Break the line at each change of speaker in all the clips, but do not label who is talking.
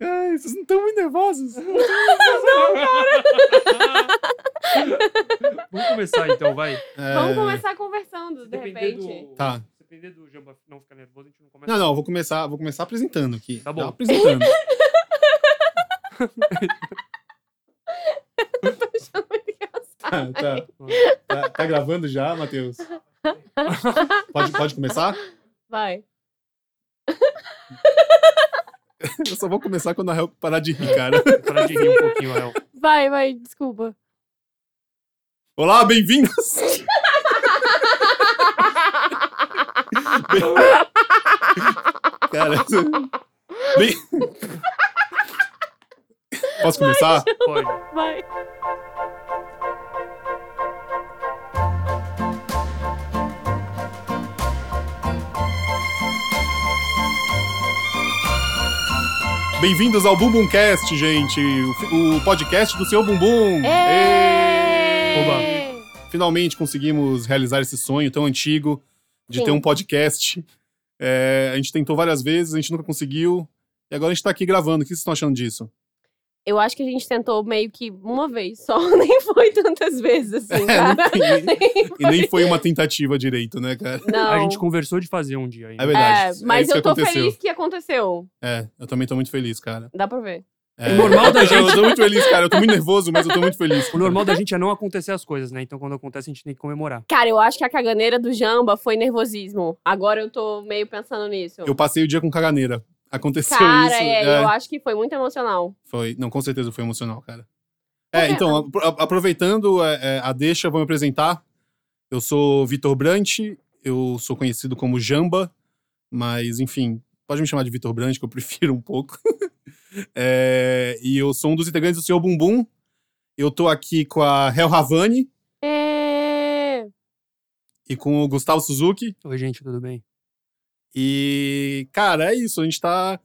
Ai, vocês não estão muito nervosos?
Vamos começar então, vai.
Vamos
É,
começar conversando, de
Depender
repente.
do.
Tá.
Se depender do Jamba não ficar nervoso, a gente não começa.
Não, não, eu vou começar, vou começar apresentando aqui.
Tá bom.
Já Apresentando. tá,
é
tá. Tá- tá gravando já, Matheus? Pode, pode começar?
Vai.
Eu só vou começar quando a Hel parar de rir, cara.
Parar de rir um pouquinho, Rael.
Vai, vai, desculpa.
Olá, bem-vindos! Cara, isso- bem... Posso começar?
Pode.
Vai.
Bem-vindos ao Bumbumcast, gente, o, fi- o podcast do seu bumbum.
É.
Finalmente conseguimos realizar esse sonho tão antigo de
Sim.
ter um podcast. É, a gente tentou várias vezes, a gente nunca conseguiu. E agora a gente tá aqui gravando. O que vocês estão achando disso?
Eu acho que a gente tentou meio que uma vez só, nem foi tantas vezes assim,
É, não
cara.
tem-
Nem
e nem foi uma tentativa direito, né, cara?
Não.
A gente conversou de fazer um dia ainda.
É verdade.
É, mas
isso
eu
que
tô
aconteceu.
feliz que aconteceu.
É, eu também tô muito feliz, cara.
Dá pra ver.
É,
O normal da
eu tô-
gente-
Eu tô muito feliz, cara. Eu tô muito nervoso, mas eu tô muito feliz.
O normal da gente é não acontecer as coisas, né? Então quando acontece, a gente tem que comemorar.
Cara, eu acho que a caganeira do Jamba foi nervosismo. Agora eu tô meio pensando nisso.
Eu passei o dia com caganeira. Aconteceu
Cara,
isso.
é,
é.
eu acho que foi muito emocional.
Foi. Não, com certeza foi emocional, cara.
Por
É,
quê?
então, apro- aproveitando é, é, a deixa, vou me apresentar. Eu sou Vitor Brant, eu sou conhecido como Jamba, mas enfim, pode me chamar de Vitor Brant, que eu prefiro um pouco. É, e eu sou um dos integrantes do Senhor Bumbum. Eu tô aqui com a Hel Havani
É...
e com o Gustavo Suzuki.
Oi, gente, tudo bem?
E, cara, é isso. A gente tá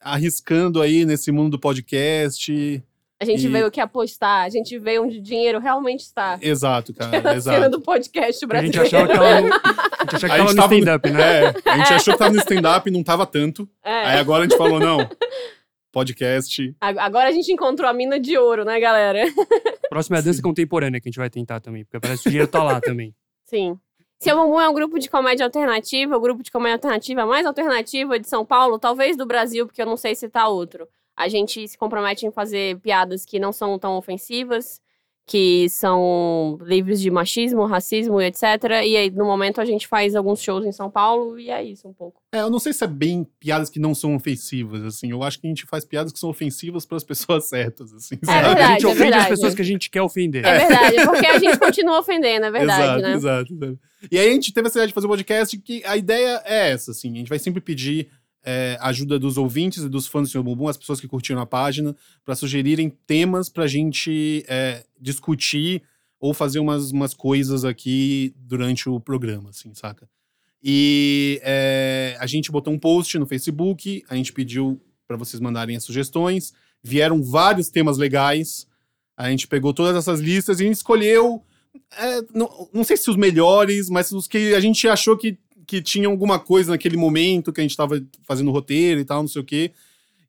arriscando aí nesse mundo do podcast.
A gente
E-
veio aqui apostar, a gente veio onde o dinheiro realmente está.
Exato, cara.
a cena
exato.
do podcast
É, A gente
brasileiro.
achava que tava no, a gente achava que
A gente
tava no
tava no-
stand-up, né?
É, a gente achou que tava no stand-up e não tava tanto.
É.
Aí agora a gente falou, não, podcast.
A- Agora a gente encontrou a mina de ouro, né, galera?
Próximo é a dança contemporânea que a gente vai tentar também, porque parece que o dinheiro tá lá também.
Sim. Seu Bumbum é um grupo de comédia alternativa, o grupo de comédia alternativa mais alternativa de São Paulo, talvez do Brasil, porque eu não sei se tá outro. A gente se compromete em fazer piadas que não são tão ofensivas, que são livres de machismo, racismo e etc. E aí, no momento, a gente faz alguns shows em São Paulo e é isso um pouco.
É, eu não sei se é bem piadas que não são ofensivas, assim. Eu acho que a gente faz piadas que são ofensivas pras pessoas certas, assim.
É
sabe?
a gente
verdade, é
ofende as
verdade.
pessoas que a gente quer ofender.
É verdade, porque a gente continua ofendendo, é verdade,
exato,
né?
exato, exato. E aí a gente teve essa ideia de fazer um podcast que a ideia é essa, assim. A gente vai sempre pedir é, ajuda dos ouvintes e dos fãs do Senhor Bumbum, as pessoas que curtiram a página, para sugerirem temas pra gente é, discutir ou fazer umas, umas coisas aqui durante o programa, assim, saca? E é, a gente botou um post no Facebook, a gente pediu para vocês mandarem as sugestões. Vieram vários temas legais. A gente pegou todas essas listas e a gente escolheu é, não, não sei se os melhores, mas os que a gente achou que, que tinha alguma coisa naquele momento que a gente tava fazendo roteiro e tal, não sei o quê.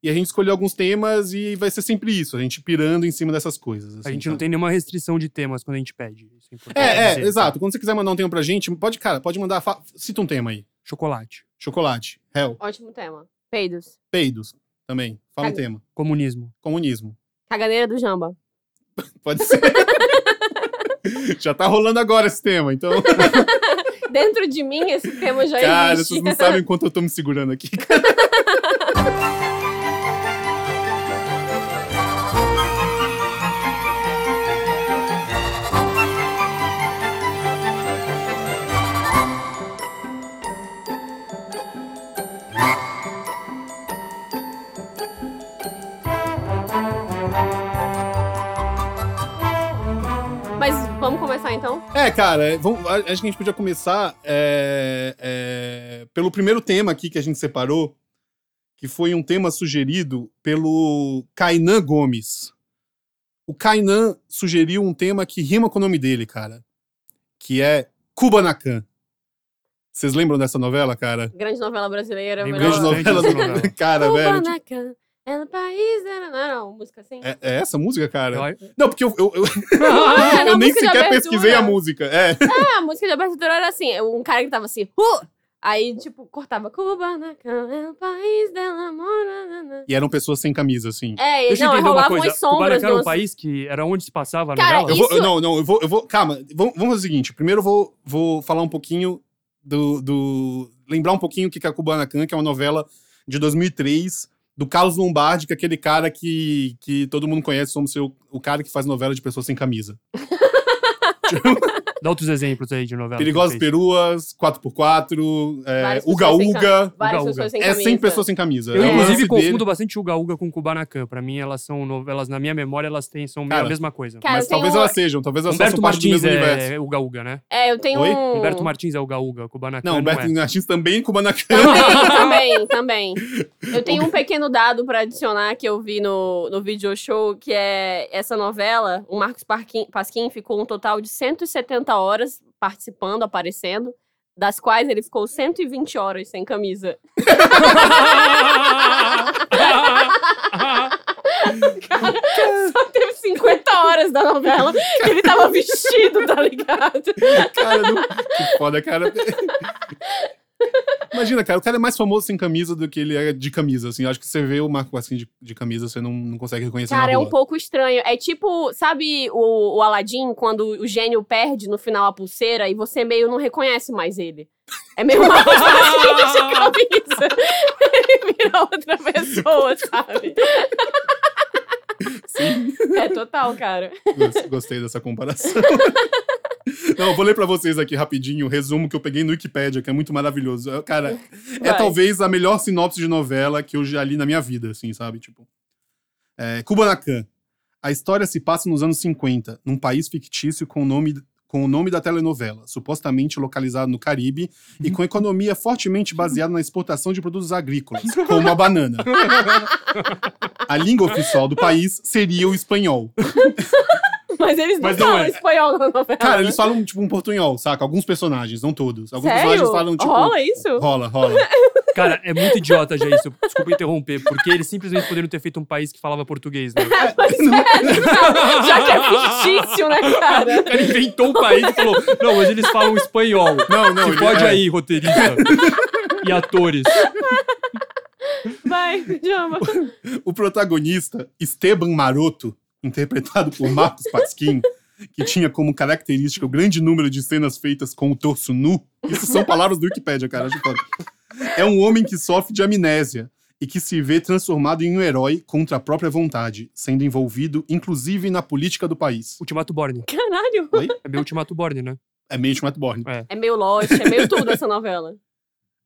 E a gente escolheu alguns temas e vai ser sempre isso, a gente pirando em cima dessas coisas.
A
assim,
gente não
sabe?
tem nenhuma restrição de temas quando a gente pede. Isso é, importante
É, é,
dizer.
exato. Quando você quiser mandar um tema pra gente, pode, cara, pode mandar. fa- Cita um tema aí.
Chocolate,
Chocolate, réu,
Ótimo tema. Peidos.
peidos também. Fala um
Caga-
tema.
comunismo.
Comunismo.
Caganeira do Jamba.
Pode ser. Já tá rolando agora esse tema, então.
Dentro de mim, esse tema já
Cara,
existe.
vocês não sabem o quanto eu tô me segurando aqui.
Mas vamos começar então?
É, cara, é, vamos- a- acho que a gente podia começar é, é, pelo primeiro tema aqui que a gente separou, que foi um tema sugerido pelo Kainan Gomes. O Kainan sugeriu um tema que rima com o nome dele, cara, que é Kubanacan. Vocês lembram dessa novela, cara?
Grande novela brasileira,
Lembra-
melhor.
Grande
Lembro
novela
bastante dessa novela.
do... Cara, velho. tipo
Kubanacan, É no país, né? não era uma música assim?
É, é essa música, cara?
Eu-
Não, porque eu, eu, eu-
Ah, era
eu
uma
nem
música de
sequer
abertura.
pesquisei a música. É.
Ah, a música de abertura era assim, um cara que tava assim, "Hu!" aí, tipo, cortava Cuba na cama, é o país dela, mora... na, na."
E eram pessoas sem camisa, assim.
É, e
Deixa eu
não,
entender uma
rolavam
coisa.
as
O
sombras
Baracan era um
dos-
país que era onde se passava a
Cara,
novela?
Eu vou,
É Isso-
não, não, eu vou, eu vou. Calma, vamos, vamos fazer o seguinte. Primeiro eu vou, vou falar um pouquinho do, do- Lembrar um pouquinho o que que é a Kubanacan, que é uma novela de 2003, do Carlos Lombardi, que é aquele cara que, que todo mundo conhece, somos seu, o cara que faz novela de pessoas sem camisa. Tipo,
Dá outros exemplos aí de novela. que
Perigosas
ele fez.
Peruas, 4x4, é,
Várias
Uga
pessoas sem
Uga.
Várias
Uga,
pessoas sem
É
camisa.
100 pessoas sem camisa.
Eu,
É o lance
inclusive, um
dele.
confundo bastante Uga Uga com Kubanacan. Pra mim, elas são novelas, na minha memória, elas têm, são meio
Cara,
a mesma coisa.
Cara,
Mas
eu tenho
talvez
um-
elas sejam, talvez elas
Humberto
façam parte do
Martins
mesmo universo.
é Uga Uga, né?
É, eu tenho
Oi?
um...
Humberto Martins é Uga Uga, Kubanacan
Não,
não,
Humberto
é.
Martins também, Kubanacan.
Também, também, também. Eu tenho um pequeno dado pra adicionar que eu vi no, no video show, que é essa novela. O Marcos Parquin- Pasquim ficou um total de 170 horas participando, aparecendo, das quais ele ficou 120 horas sem camisa. Só teve 50 horas da novela que ele tava vestido, tá ligado?
cara, não... que foda, cara. Imagina, cara, o cara é mais famoso sem camisa do que ele é de camisa, assim. Eu acho que você vê o Marco Pasquim de, de camisa, você não, não consegue reconhecer
Cara,
na
é
rua.
um pouco estranho. É tipo, sabe o, o Aladdin, quando o gênio perde no final a pulseira e você meio não reconhece mais ele? É meio uma coisa assim de camisa. Ele vira outra pessoa, sabe? É total, cara.
Gos- Gostei dessa comparação. Não, eu vou ler pra vocês aqui rapidinho o resumo que eu peguei no Wikipedia, que é muito maravilhoso. Eu, Cara, é
Vai.
talvez a melhor sinopse de novela que eu já li na minha vida, assim, sabe? Tipo. É, Kubanacan. A história se passa nos anos 50, num país fictício com o nome. Com o nome da telenovela, supostamente localizado no Caribe e com economia fortemente baseada na exportação de produtos agrícolas, como a banana. A língua oficial do país seria o espanhol.
Mas eles não
Mas não
falam
é.
espanhol na novela.
Cara,
né?
eles falam, tipo, um portunhol, saca? Alguns personagens, não todos. Alguns
Sério?
personagens falam, tipo.
Rola isso?
Rola, rola.
Cara, é muito idiota já isso. Desculpa interromper, porque eles simplesmente poderiam ter feito um país que falava português, né?
Já que é fictício, né, cara?
Ele inventou um país e falou: Não, mas eles falam espanhol.
Não, não.
Se
ele-
pode
é.
aí, roteirista. e atores.
Vai, chama.
O protagonista, Esteban Maroto, interpretado por Marcos Pasquim, que tinha como característica o grande número de cenas feitas com o torso nu. Isso são palavras do Wikipedia, cara. acho foda. É um homem que sofre de amnésia e que se vê transformado em um herói contra a própria vontade, sendo envolvido, inclusive, na política do país.
Ultimato Borne.
Caralho.
É meu Ultimato Borne, né?
É meio Matt Borne.
É meio lote, é meio tudo essa novela.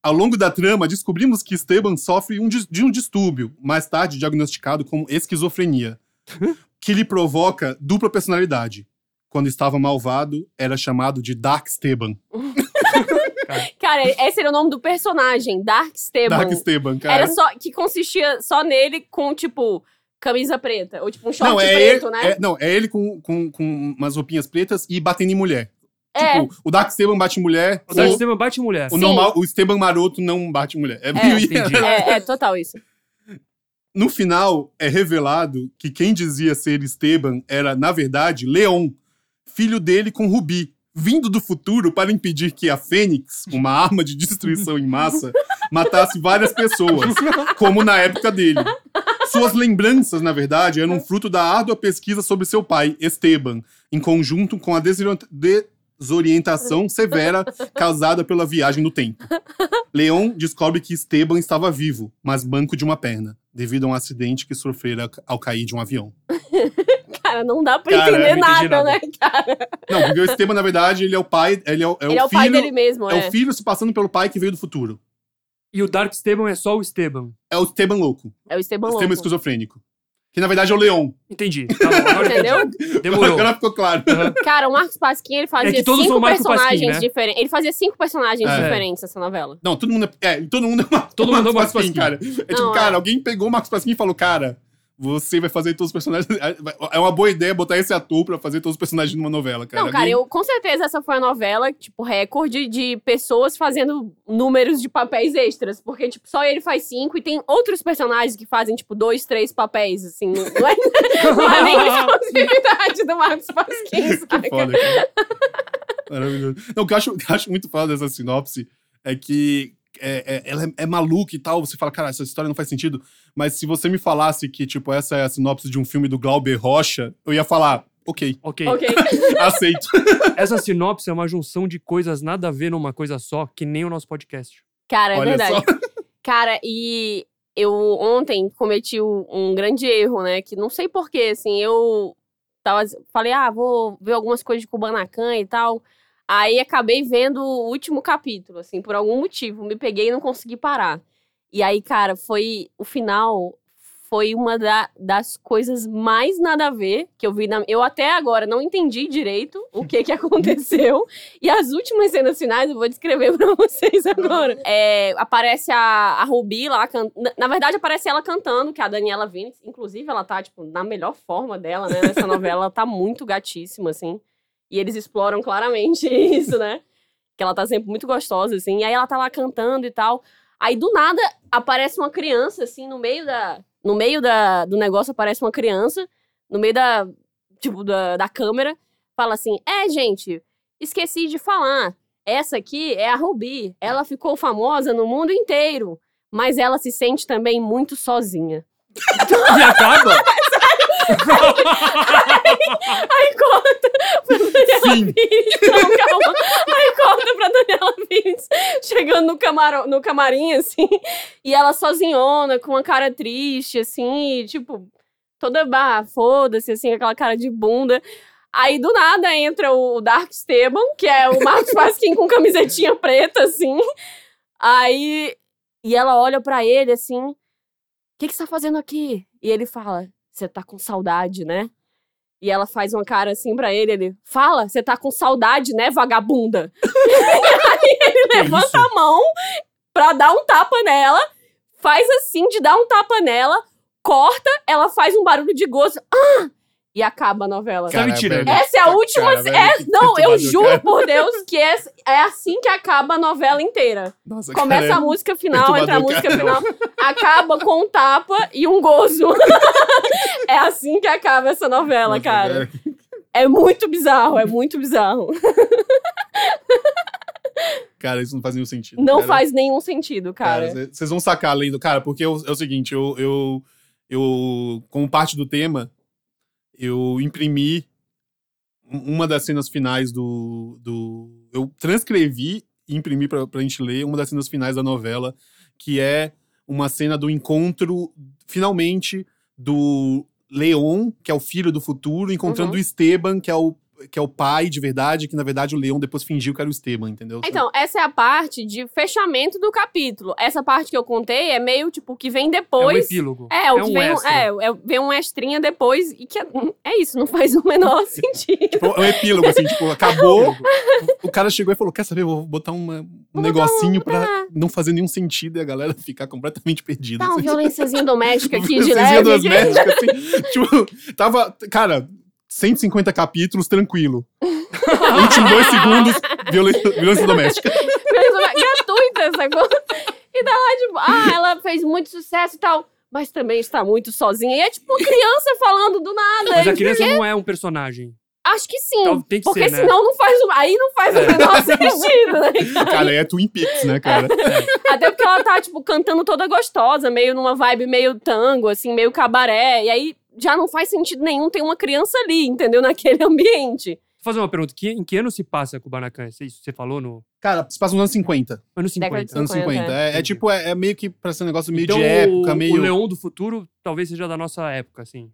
Ao longo da trama, descobrimos que Esteban sofre um dis- de um distúrbio, mais tarde diagnosticado como esquizofrenia, que lhe provoca dupla personalidade. Quando estava malvado, era chamado de Dark Esteban.
Cara, esse era o nome do personagem, Dark Esteban.
Dark Esteban, cara.
Era só que consistia só nele com, tipo, camisa preta. Ou tipo, um short
não, é
preto,
ele,
né?
é- não, é ele com, com, com umas roupinhas pretas e batendo em mulher.
É.
Tipo, o Dark Esteban bate em mulher,
O Dark
o,
Sistema bate mulher.
o, normal, o Esteban maroto não bate em mulher. É, meio-
entendi.
É, é total isso.
No final, é revelado que quem dizia ser Esteban era, na verdade, Leon, filho dele com Rubi, vindo do futuro para impedir que a Fênix, uma arma de destruição em massa, matasse várias pessoas, como na época dele. Suas lembranças, na verdade, eram um fruto da árdua pesquisa sobre seu pai, Esteban, em conjunto com a desorienta- desorientação severa causada pela viagem no tempo. Leon descobre que Esteban estava vivo, mas banco de uma perna, devido a um acidente que sofrera ao cair de um avião.
Cara, não dá pra
Cara, é
entender
eu não
nada,
entendi
né,
nada.
cara?
Não, porque o Esteban, na verdade, ele é o pai. Ele é o, é
Ele
o
é o pai
filho-
dele mesmo,
É
é.
o filho se passando pelo pai que veio do futuro.
E o Dark Esteban é só o Esteban.
É o Esteban louco.
É o Esteban
Esteban
Louco.
esquizofrênico. Que na verdade é o Leon.
Entendi. Tá bom, agora eu
Entendeu?
entendi. Demorou.
Agora ficou claro.
Aham.
Cara, o Marcos Pasquim, ele fazia
É que todos
cinco
são Marco Pasquim,
personagens
né?
diferentes. Ele fazia cinco personagens
É.
diferentes nessa novela.
Não, todo mundo é. é, todo mundo é o Mar-
Todo mundo é o Marcos
Pasquim,
Pasquim.
cara. É tipo,
Não, é.
cara, alguém pegou o Marcos Pasquim e falou, cara. Você vai fazer todos os personagens. É uma boa ideia botar esse ator pra fazer todos os personagens numa novela, cara.
Não, cara,
Alguém-
eu com certeza essa foi a novela, tipo, recorde de pessoas fazendo números de papéis extras. Porque, tipo, só ele faz cinco e tem outros personagens que fazem, tipo, dois, três papéis, assim. Não não é, não é nem exclusividade do Marcos é Pasquim,
Que é
saca?
foda, cara. Maravilhoso. Não, o que eu acho, eu acho muito foda dessa sinopse é que é, é- ela é, é maluca e tal. Você fala, cara, essa história não faz sentido. Mas se você me falasse que, tipo, essa é a sinopse de um filme do Glauber Rocha, eu ia falar, ok,
Ok.
Ok.
aceito.
Essa sinopse é uma junção de coisas nada a ver numa coisa só, que nem o nosso podcast.
Cara, é
Olha
verdade.
só.
Cara, e eu ontem cometi o- um grande erro, né? Que não sei porquê, assim, eu tava, falei, ah, vou ver algumas coisas de Kubanacan e tal. Aí acabei vendo o último capítulo, assim, por algum motivo. Me peguei e não consegui parar. E aí, cara, foi. O final foi uma da- das coisas mais nada a ver que eu vi. Na, eu até agora não entendi direito o que que aconteceu. E as últimas cenas finais eu vou descrever pra vocês agora. É, aparece a, a Rubi lá. can- Na, na verdade, aparece ela cantando, que é a Daniela Vinicius. Inclusive, ela tá, tipo, na melhor forma dela, né? Nessa novela, ela tá muito gatíssima, assim. E eles exploram claramente isso, né? Que ela tá sempre muito gostosa, assim. E aí ela tá lá cantando e tal. Aí, do nada, aparece uma criança, assim, no meio da. No meio da, do negócio aparece uma criança, no meio da. Tipo, da, da câmera, fala assim: É, gente, esqueci de falar. Essa aqui é a Rubi. Ela ficou famosa no mundo inteiro, mas ela se sente também muito sozinha.
E acaba?
Aí corta pra Daniela
Sim.
Pires. Não, calma. Aí corta pra Daniela Pires chegando no, camaro, no camarim, assim. E ela sozinhona, com uma cara triste, assim, e, tipo, toda bah, foda-se, assim, aquela cara de bunda. Aí do nada entra o Dark Esteban, que é o Marcos Pasquim com camisetinha preta, assim. Aí. E ela olha pra ele assim: O que, que você tá fazendo aqui? E ele fala: Você tá com saudade, né? E ela faz uma cara assim pra ele, ele fala, você tá com saudade, né, vagabunda? Aí ele
Que
levanta
isso?
a mão pra dar um tapa nela, faz assim de dar um tapa nela, corta, ela faz um barulho de gozo, ah! e acaba a novela.
Tá me tirando.
velho.
Essa é a última.
Cara, velho,
é-
que
não, eu
perturbador,
juro
cara.
por Deus que é, é assim que acaba a novela inteira.
Nossa,
Começa
cara, é
a música final,
perturbador,
entra a música
cara.
final, acaba com um tapa e um gozo. é assim que acaba essa novela,
nossa,
cara. É muito bizarro, é muito bizarro.
Cara, isso não faz nenhum sentido.
Não
cara.
faz nenhum sentido, cara.
É, cê- Vocês vão sacar além do. Cara, porque eu- é o seguinte, eu, eu, eu. Como parte do tema, eu imprimi um- uma das cenas finais do. do eu transcrevi e imprimi pra, pra gente ler uma das cenas finais da novela, que é uma cena do encontro, finalmente, do Leon, que é o filho do futuro, encontrando
Uhum.
o Esteban, que é o. Que é o pai de verdade, que na verdade o Leon depois fingiu que era o Esteban, entendeu?
Então, essa é a parte de fechamento do capítulo. Essa parte que eu contei é meio tipo o que vem
É um
depois.
epílogo.
É, o que
um
vem, um-
extra.
é, é, vem um extrinha depois e que é, é isso, não faz o menor sentido.
Tipo, é um epílogo, assim, tipo, acabou. o cara chegou e falou: Quer saber? Vou botar uma- um negocinho pra não fazer nenhum sentido e a galera ficar completamente perdida.
Dá uma
assim. tipo,
violênciazinha doméstica aqui de
Vocês iam
leve.
das
que-
médicas, assim. tipo, tava. Cara, 150 capítulos, tranquilo. 22 segundos, violência, violência doméstica.
gratuita essa coisa. E dá lá, tipo, ah, ela fez muito sucesso e tal, mas também está muito sozinha. E é tipo uma criança falando do nada.
Mas a
Eu
criança não é um personagem.
Acho que sim.
Então, tem que
Hum, porque
ser, né? É.
senão não faz o- aí não faz o menor sentido, né?
Cara, é Twin Peaks, né, cara?
É.
Até porque ela tá, tipo, cantando toda gostosa, meio numa vibe meio tango, assim, meio cabaré. E aí já não faz sentido nenhum ter uma criança ali, entendeu? Naquele ambiente.
Vou fazer uma pergunta. Que, em que ano se passa Kubanacan? É Isso você falou no
Cara, se passa nos anos 50.
ano
Década de
50.
Anos 50.
50,
É, é
Entendi.
tipo, é, é meio que pra ser um negócio meio
Então,
de
o,
época, meio.
o Leão do futuro talvez seja da nossa época, assim.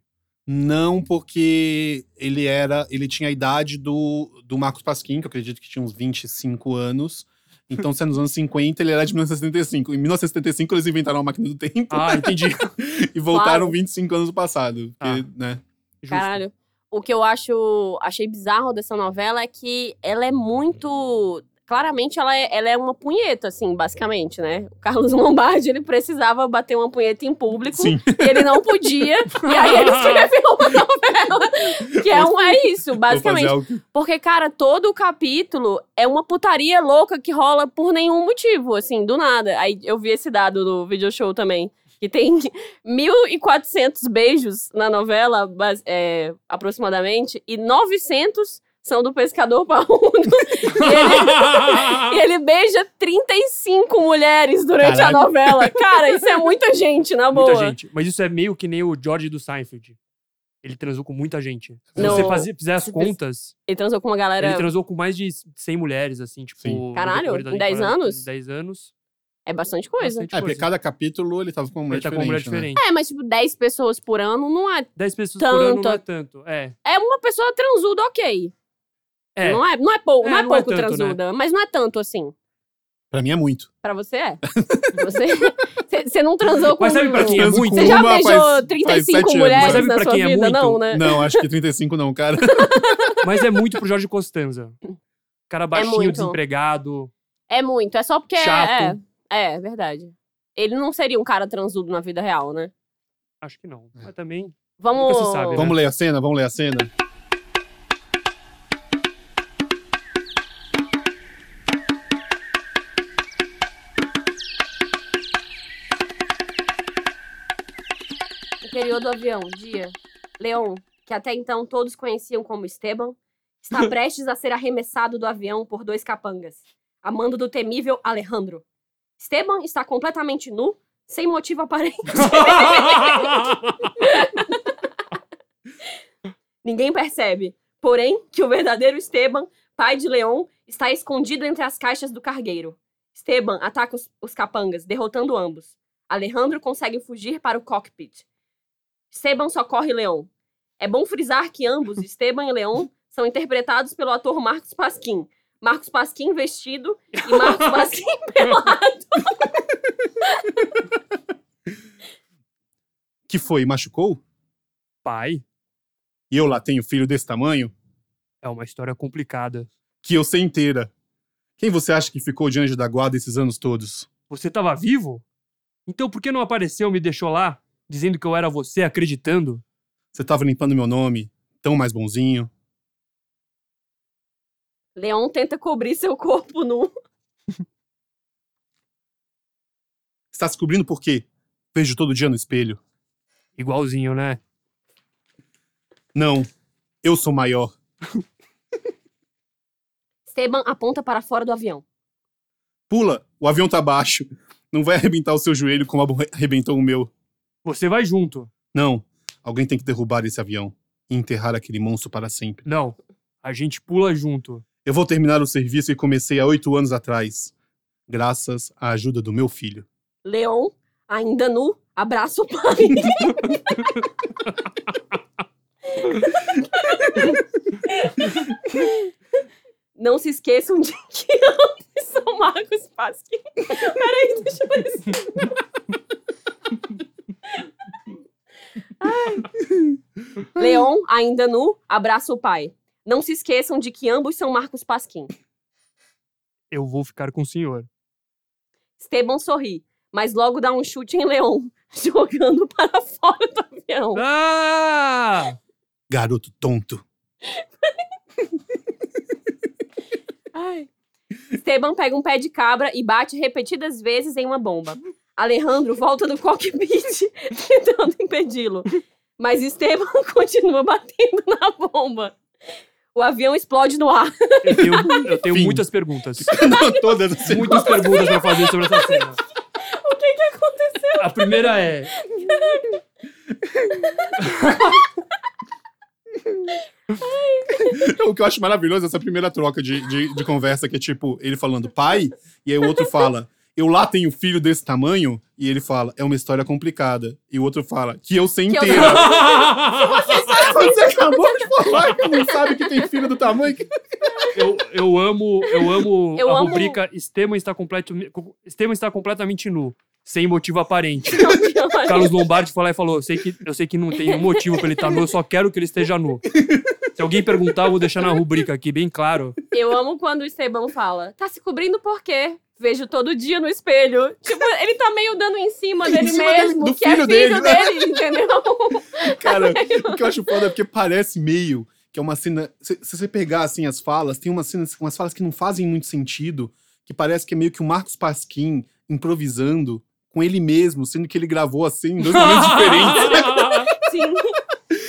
Não, porque ele era. Ele tinha a idade do, do Marcos Pasquim, que eu acredito que tinha uns 25 anos. Então, se é nos anos 50, ele era de 1975. Em 1975, eles inventaram a máquina do tempo
Ah, entendi.
e voltaram
claro.
25 anos no passado. porque, né?
Justo.
Caralho. O que eu acho, achei bizarro dessa novela é que ela é muito Claramente ela é, ela é uma punheta, assim, basicamente, né? O Carlos Lombardi, ele precisava bater uma punheta em público.
Sim.
E ele não podia. e aí ele escreveu uma novela. Que é, um, é isso, basicamente.
Vou fazer algo-
Porque, cara, todo o capítulo é uma putaria louca que rola por nenhum motivo, assim, do nada. Aí eu vi esse dado do video show também. Que tem 1.400 beijos na novela, bas- é, aproximadamente, e 900 são do pescador parrudo. e ele beija 35 mulheres durante
Caralho.
a novela. Cara, isso é muita gente, na boa.
Muita gente. Mas isso é meio que nem o George do Seinfeld. Ele transou com muita gente. Se
No-
você fazer, fizer as
se-
contas,
Ele transou com uma
ele
galera.
transou com mais de 100 mulheres, assim, tipo...
Sim.
no
Caralho,
decorrer da
em 10
temporada.
anos?
Em 10 anos.
É bastante coisa.
bastante
É, porque cada capítulo ele tava com uma mulher
Ele tá com uma mulher
diferente. né?
diferente.
É, mas, tipo, 10 pessoas por ano não é
10 pessoas por ano não é
Tanto.
tanto. É.
É uma pessoa transuda, ok.
É.
Não é, não é, pou,
É,
não é
não é
pouco
tanto,
transuda, mas não é tanto assim.
Pra mim é muito.
Pra você é. Você, você- você não transou com.
Mas sabe pra quem é
Transo
muito?
com
Você já
uma
beijou
faz-
35
faz sete
mulheres
Mas sabe
na
pra
sua
quem
vida,
é muito?
não, né?
Não, acho que 35 não, cara.
Mas é muito pro Jorge Costanza. Cara baixinho,
muito.
desempregado.
É muito, é só porque. é-
Chato.
É, é verdade. Ele não seria um cara transudo na vida real, né?
Acho que não. Mas também...
Vamos.
Nunca se sabe, né?
Vamos ler a cena? Vamos ler a cena?
Interior do avião, dia. Leon, que até então todos conheciam como Esteban, está prestes a ser arremessado do avião por dois capangas, a mando do temível Alejandro. Esteban está completamente nu, sem motivo aparente. Ninguém percebe, porém, que o verdadeiro Esteban, pai de Leon, está escondido entre as caixas do cargueiro. Esteban ataca os, os capangas, derrotando ambos. Alejandro consegue fugir para o cockpit. Esteban socorre Leon. É bom frisar que ambos, Esteban e Leon, são interpretados pelo ator Marcos Pasquim. Marcos Pasquim vestido e Marcos Pasquim pelado.
Que foi? Machucou?
Pai,
E eu lá tenho filho desse tamanho?
é uma história complicada.
Que eu sei inteira. Quem você acha que ficou de anjo da guarda esses anos todos?
Você tava vivo? Então por que não apareceu e me deixou lá? Dizendo que eu era você, acreditando?
Você tava limpando meu nome, tão mais bonzinho.
Leon tenta cobrir seu corpo nu.
Está tá se cobrindo por quê? Vejo todo dia no espelho.
Igualzinho, né?
Não, eu sou maior.
Esteban aponta para fora do avião.
Pula, o avião tá baixo. Não vai arrebentar o seu joelho como abo- arrebentou o meu.
Você vai junto.
Não, alguém tem que derrubar esse avião e enterrar aquele monstro para sempre.
Não. A gente pula junto.
Eu vou terminar o serviço que comecei há oito anos atrás, graças à ajuda do meu filho.
Leon, ainda nu, abraça o pai. Não se esqueçam de que ambos são Marcos Pasquim. Peraí, deixa eu ver se- Leon, ainda nu, abraça o pai. Não se esqueçam de que ambos são Marcos Pasquim.
Eu vou ficar com o senhor.
Esteban sorri, mas logo dá um chute em Leon, jogando para fora do avião.
Ah!
Garoto tonto.
Ai. Esteban pega um pé de cabra e bate repetidas vezes em uma bomba. Alejandro volta do cockpit tentando impedi-lo. Mas Esteban continua batendo na bomba. O avião explode no ar.
Eu tenho, eu tenho
Fim.
muitas perguntas.
Não, todas assim.
Muitas perguntas pra fazer sobre essa cena.
O que, que aconteceu?
A primeira é.
O que eu acho maravilhoso é essa primeira troca de, de, de conversa, que é tipo, ele falando pai, e aí o outro fala, eu lá tenho filho desse tamanho, e ele fala, é uma história complicada. E o outro fala, que eu sei
Que eu-
inteira. Você acabou de falar que não sabe que tem filho do tamanho. que-
Eu, eu amo, eu amo
Eu
a
amo-
rubrica Esteban está, completo, Esteban está completamente nu, sem motivo aparente. tá Carlos Lombardi foi lá e falou: eu sei que, eu sei que não tem um motivo pra ele estar nu, eu só quero que ele esteja nu. Se alguém perguntar, eu vou deixar na rubrica aqui, bem claro.
Eu amo quando o Estebão fala, tá se cobrindo por quê? Vejo todo dia no espelho. Tipo, ele tá meio dando em cima
Em
dele
cima dele,
mesmo,
do
que é
filho
filho
dele,
dele,
né?
entendeu?
Cara, o que eu acho foda é porque parece meio que é uma cena. Se, se você pegar assim as falas, tem umas cenas, umas falas que não fazem muito sentido, que parece que é meio que o Marcos Pasquim improvisando com ele mesmo, sendo que ele gravou assim em dois momentos diferentes.
Sim.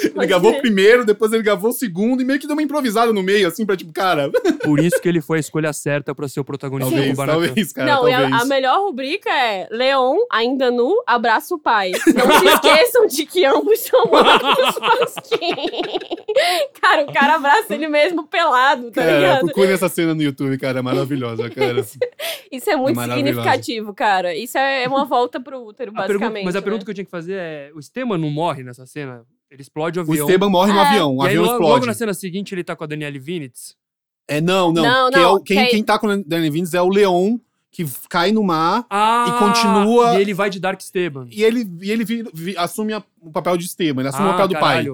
Ele
Pode
gravou o
ser.
primeiro, depois ele gravou o segundo e meio que deu uma improvisada no meio, assim, pra tipo, cara,
Por isso que ele foi a escolha certa pra ser o protagonista do
talvez,
Kubanacan.
talvez, cara,
não, e a-
talvez.
a, melhor rubrica é Leon, ainda nu, abraça o pai. Não se esqueçam de que ambos são Marcos Pasquim. cara, o cara abraça ele mesmo pelado, tá
Cara,
ligado?
procure essa cena no YouTube, cara, é maravilhosa, cara.
Isso é muito
maravilhoso.
significativo, cara. Isso é uma volta pro útero,
A pergunta-
basicamente.
mas a
né?
pergunta que eu tinha que fazer é: o Esteban não morre nessa cena? Ele explode o
O
avião.
Esteban morre no
É.
avião, o
e aí,
avião
logo,
explode.
logo na cena seguinte, ele tá com a Daniele Vinitz.
É, não, não.
Não,
Que é
não,
o- quem,
que é-
quem tá com o Danny Vindes é o Leon, que f- cai no mar
Ah!
continua-
E ele vai de Dark Esteban.
e ele, e ele vi- vi- assume a- o papel de Esteban, ele assume o papel do pai.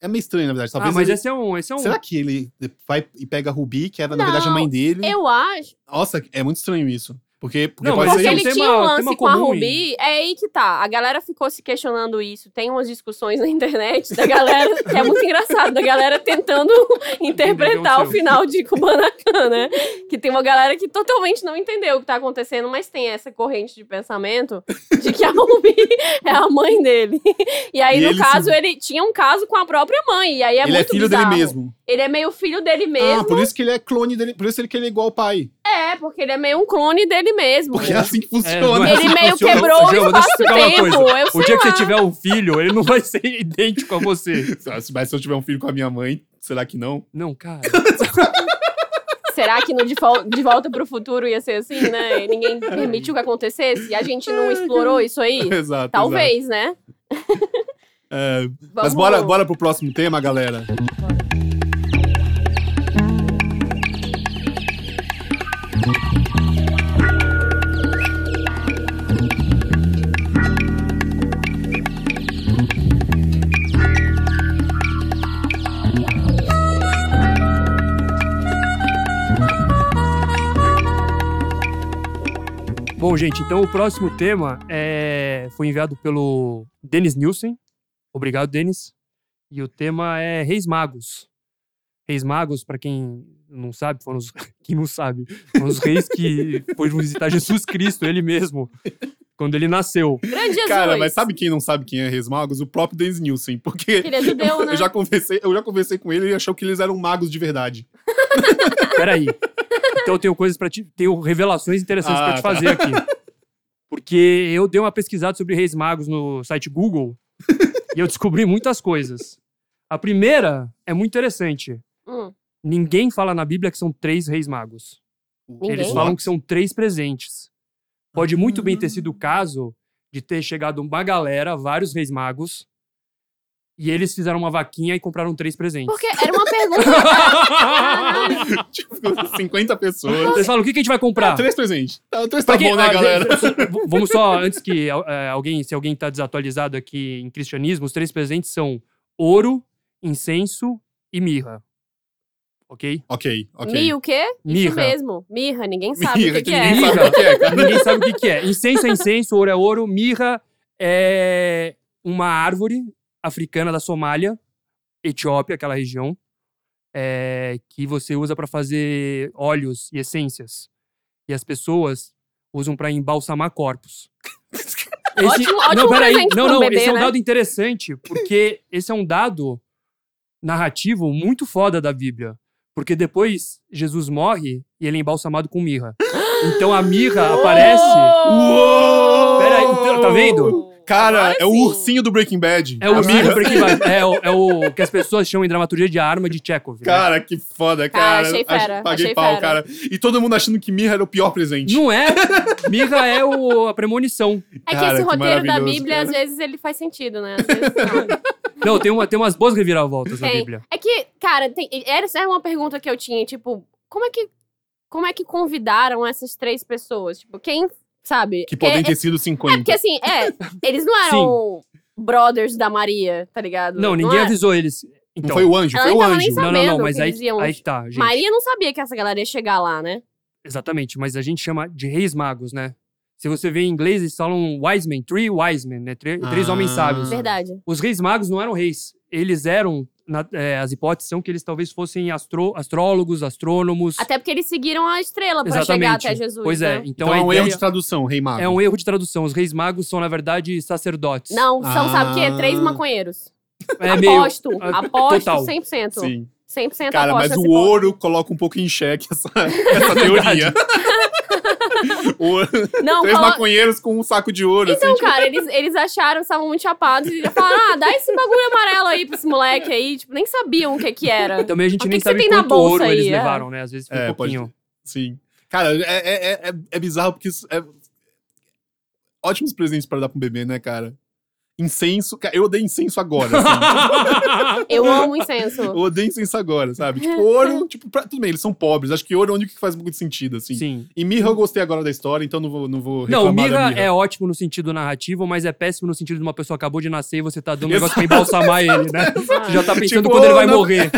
É meio estranho, na verdade.
Ah,
Talvez
mas
ele-
esse é um. Esse é um...
Será que ele vai e pega a Rubi, que era, na
Não,
verdade, a mãe dele?
né? Eu acho.
Nossa, é muito estranho isso. Porque, porque
Não,
pode
mas
Porque
ser
aí é um
ele
tema-
tinha um lance
tema
com a
comum
Rubi, é aí que tá. A galera ficou se questionando isso. Tem umas discussões na internet da galera, que é muito engraçado, da galera tentando interpretar o
seu.
final de Kubanacan, né? Que tem uma galera que totalmente não entendeu o que tá acontecendo, mas tem essa corrente de pensamento de que a Rubi é a mãe dele. E aí,
E
no
ele se-
caso, ele tinha um caso com a própria mãe. E aí é
ele é
muito
filho
bizarro.
dele mesmo.
Ele é meio filho dele mesmo.
Ah, por isso que ele é clone dele, por isso que ele é igual ao pai.
É, porque ele é meio um clone dele mesmo.
Porque é assim que
É, não
funciona.
é assim
Ele
que
meio
tá
funciona.
quebrou o
Gil, deixa eu explicar uma
espaço-tempo,
coisa.
eu
O dia que
sei
você tiver um filho, ele não vai ser idêntico a você.
Mas se eu tiver um filho com a minha mãe, será que não?
Não, cara.
Será que no de, Vol- de Volta pro Futuro ia ser assim, né? E Ninguém permitiu que acontecesse e a gente não explorou isso aí?
Exato. exato.
Talvez, né?
É,
Vamos-
Mas bora, bora pro próximo tema, galera.
Bom, gente, então o próximo tema é... foi enviado pelo Denis Nielsen. Obrigado, Denis. E o tema é Reis Magos. Reis Magos, pra quem não sabe, foram os... quem não sabe, foram os reis que foram visitar Jesus Cristo, ele mesmo, quando ele nasceu.
Grande Jesus.
Cara, mas sabe quem não sabe quem é Reis Magos? O próprio Dennis Nielsen. Porque
Que ele é judeu, né?
eu, já conversei, eu já conversei com ele e ele achou que eles eram magos de verdade.
Peraí. Então eu tenho coisas para te. Tenho revelações interessantes
Ah,
pra te fazer aqui. Porque eu dei uma pesquisada sobre Reis Magos no site Google e eu descobri muitas coisas. A primeira é muito interessante.
Hum,
Ninguém fala na Bíblia que são três reis magos.
Ninguém?
Eles falam que são três presentes. Pode muito bem ter sido o caso de ter chegado uma galera, vários reis magos, e eles fizeram uma vaquinha e compraram três presentes.
Porque era uma pergunta.
Tipo, 50 pessoas.
Eles falam, o que, que a gente vai comprar?
Três presentes. Tá, três
Pra
tá
quem-
bom, né,
ah,
galera?
gente, v- Vamos só, antes que eh, alguém, se alguém tá desatualizado aqui em cristianismo, os três presentes são ouro, incenso e mirra. Ok?
ok, ok.
Mi o quê? Isso
Mirra.
mesmo. Mirra, ninguém sabe o que, que é.
ninguém sabe o que é, cara.
Ninguém sabe o que, que é. Incenso é incenso, ouro é ouro, mirra é uma árvore africana da Somália, Etiópia, aquela região, eh, que você usa para fazer óleos e essências. E as pessoas usam para embalsamar corpos. Esse-
Ótimo- ótimo
não, peraí.
presente pra
Não,
um
não,
bebê,
esse é um
né?
dado interessante, porque esse é um dado narrativo muito foda da Bíblia. Porque depois Jesus morre e ele é embalsamado com mirra. Então a mirra
Oh!
aparece.
Uou!
Peraí, então, tá vendo?
Oh!
Cara,
Agora
é o
sim.
ursinho do Breaking Bad.
É o
Assim,
mirra porque vai- é, o- é o que as pessoas chamam em dramaturgia de arma de Chekhov. né?
Cara, que foda, cara.
Cara, Tá, achei fera,
Paguei
achei
pau,
fera.
cara. E todo mundo achando que Mirra era o pior presente.
Não é? Mirra é o- a premonição.
É que
Cara,
esse
que
roteiro da
maravilhoso,
Bíblia,
cara.
às vezes, ele faz sentido, né? Às vezes não.
Não, tem, uma, tem umas boas reviravoltas na
Tem.
Bíblia.
É que, cara, tem, essa é uma pergunta que eu tinha, tipo, como é que como é que convidaram essas três pessoas? Tipo, quem, sabe?
Que podem
Porque-
ter sido
É,
50.
porque assim, é, eles não eram brothers da Maria, tá ligado?
Não, ninguém
é-
avisou eles. Então,
não foi o anjo,
Ela
foi
nem
o
tava
anjo.
nem sabendo.
Não, não, não,
que
mas aí,
eles iam-
aí que tá, gente.
Maria não sabia que essa galera ia chegar lá, né?
Exatamente, mas a gente chama de reis magos, né? Se você vê em inglês, eles falam wise men, three wise men, né? Tre- Três
Ah.
homens sábios.
Verdade.
Os reis magos não eram reis. Eles eram, na- é, as hipóteses são que eles talvez fossem astro- astrólogos, astrônomos.
Até porque eles seguiram a estrela pra
Exatamente.
chegar até Jesus.
Pois é,
né?
então,
Então
a
é um
ideia
erro de tradução, Rei Mago.
é um erro de tradução. Os reis magos são, na verdade, sacerdotes.
Não, são, sabe o quê?
Ah.
Três maconheiros.
é meio.
aposto,
ah,
aposto
total.
100%.
Sim.
100%
Cara,
aposto
mas
nessa
o
hipótese.
ouro coloca um pouco em xeque essa,
É
essa teoria. O ouro-
Não,
Três
colo-
maconheiros com um saco de ouro.
Então,
assim,
cara, eles, eles acharam, estavam muito chapados e falaram: ah, dá esse bagulho amarelo aí pra esse moleque aí. Tipo, nem sabiam o que que era.
Também a gente
O que
nem
que você
sabe
tem na
quanto
bolsa
ouro
aí,
eles
é?
levaram, né? Às vezes foi
É,
um
pode-
pouquinho.
Sim. Cara, é, é, é- é, é bizarro porque isso é... Ótimos presentes pra dar pra um bebê, né, cara? Incenso. Cara, eu odeio incenso agora. assim.
Eu amo incenso.
eu odeio incenso agora, sabe? Tipo, ouro, tipo, pra- tudo bem, eles são pobres. Acho que ouro é o único que faz muito sentido, assim.
Sim.
E mirra eu gostei agora da história, então não vou, não vou
Não,
reclamar
o
da
Mira
mirra.
é ótimo no sentido narrativo, mas é péssimo no sentido de uma pessoa acabou de nascer e você tá dando um negócio pra
Exato,
embalsamar ele, né? Você já tá pensando
Tipo,
quando ele vai
não-
morrer.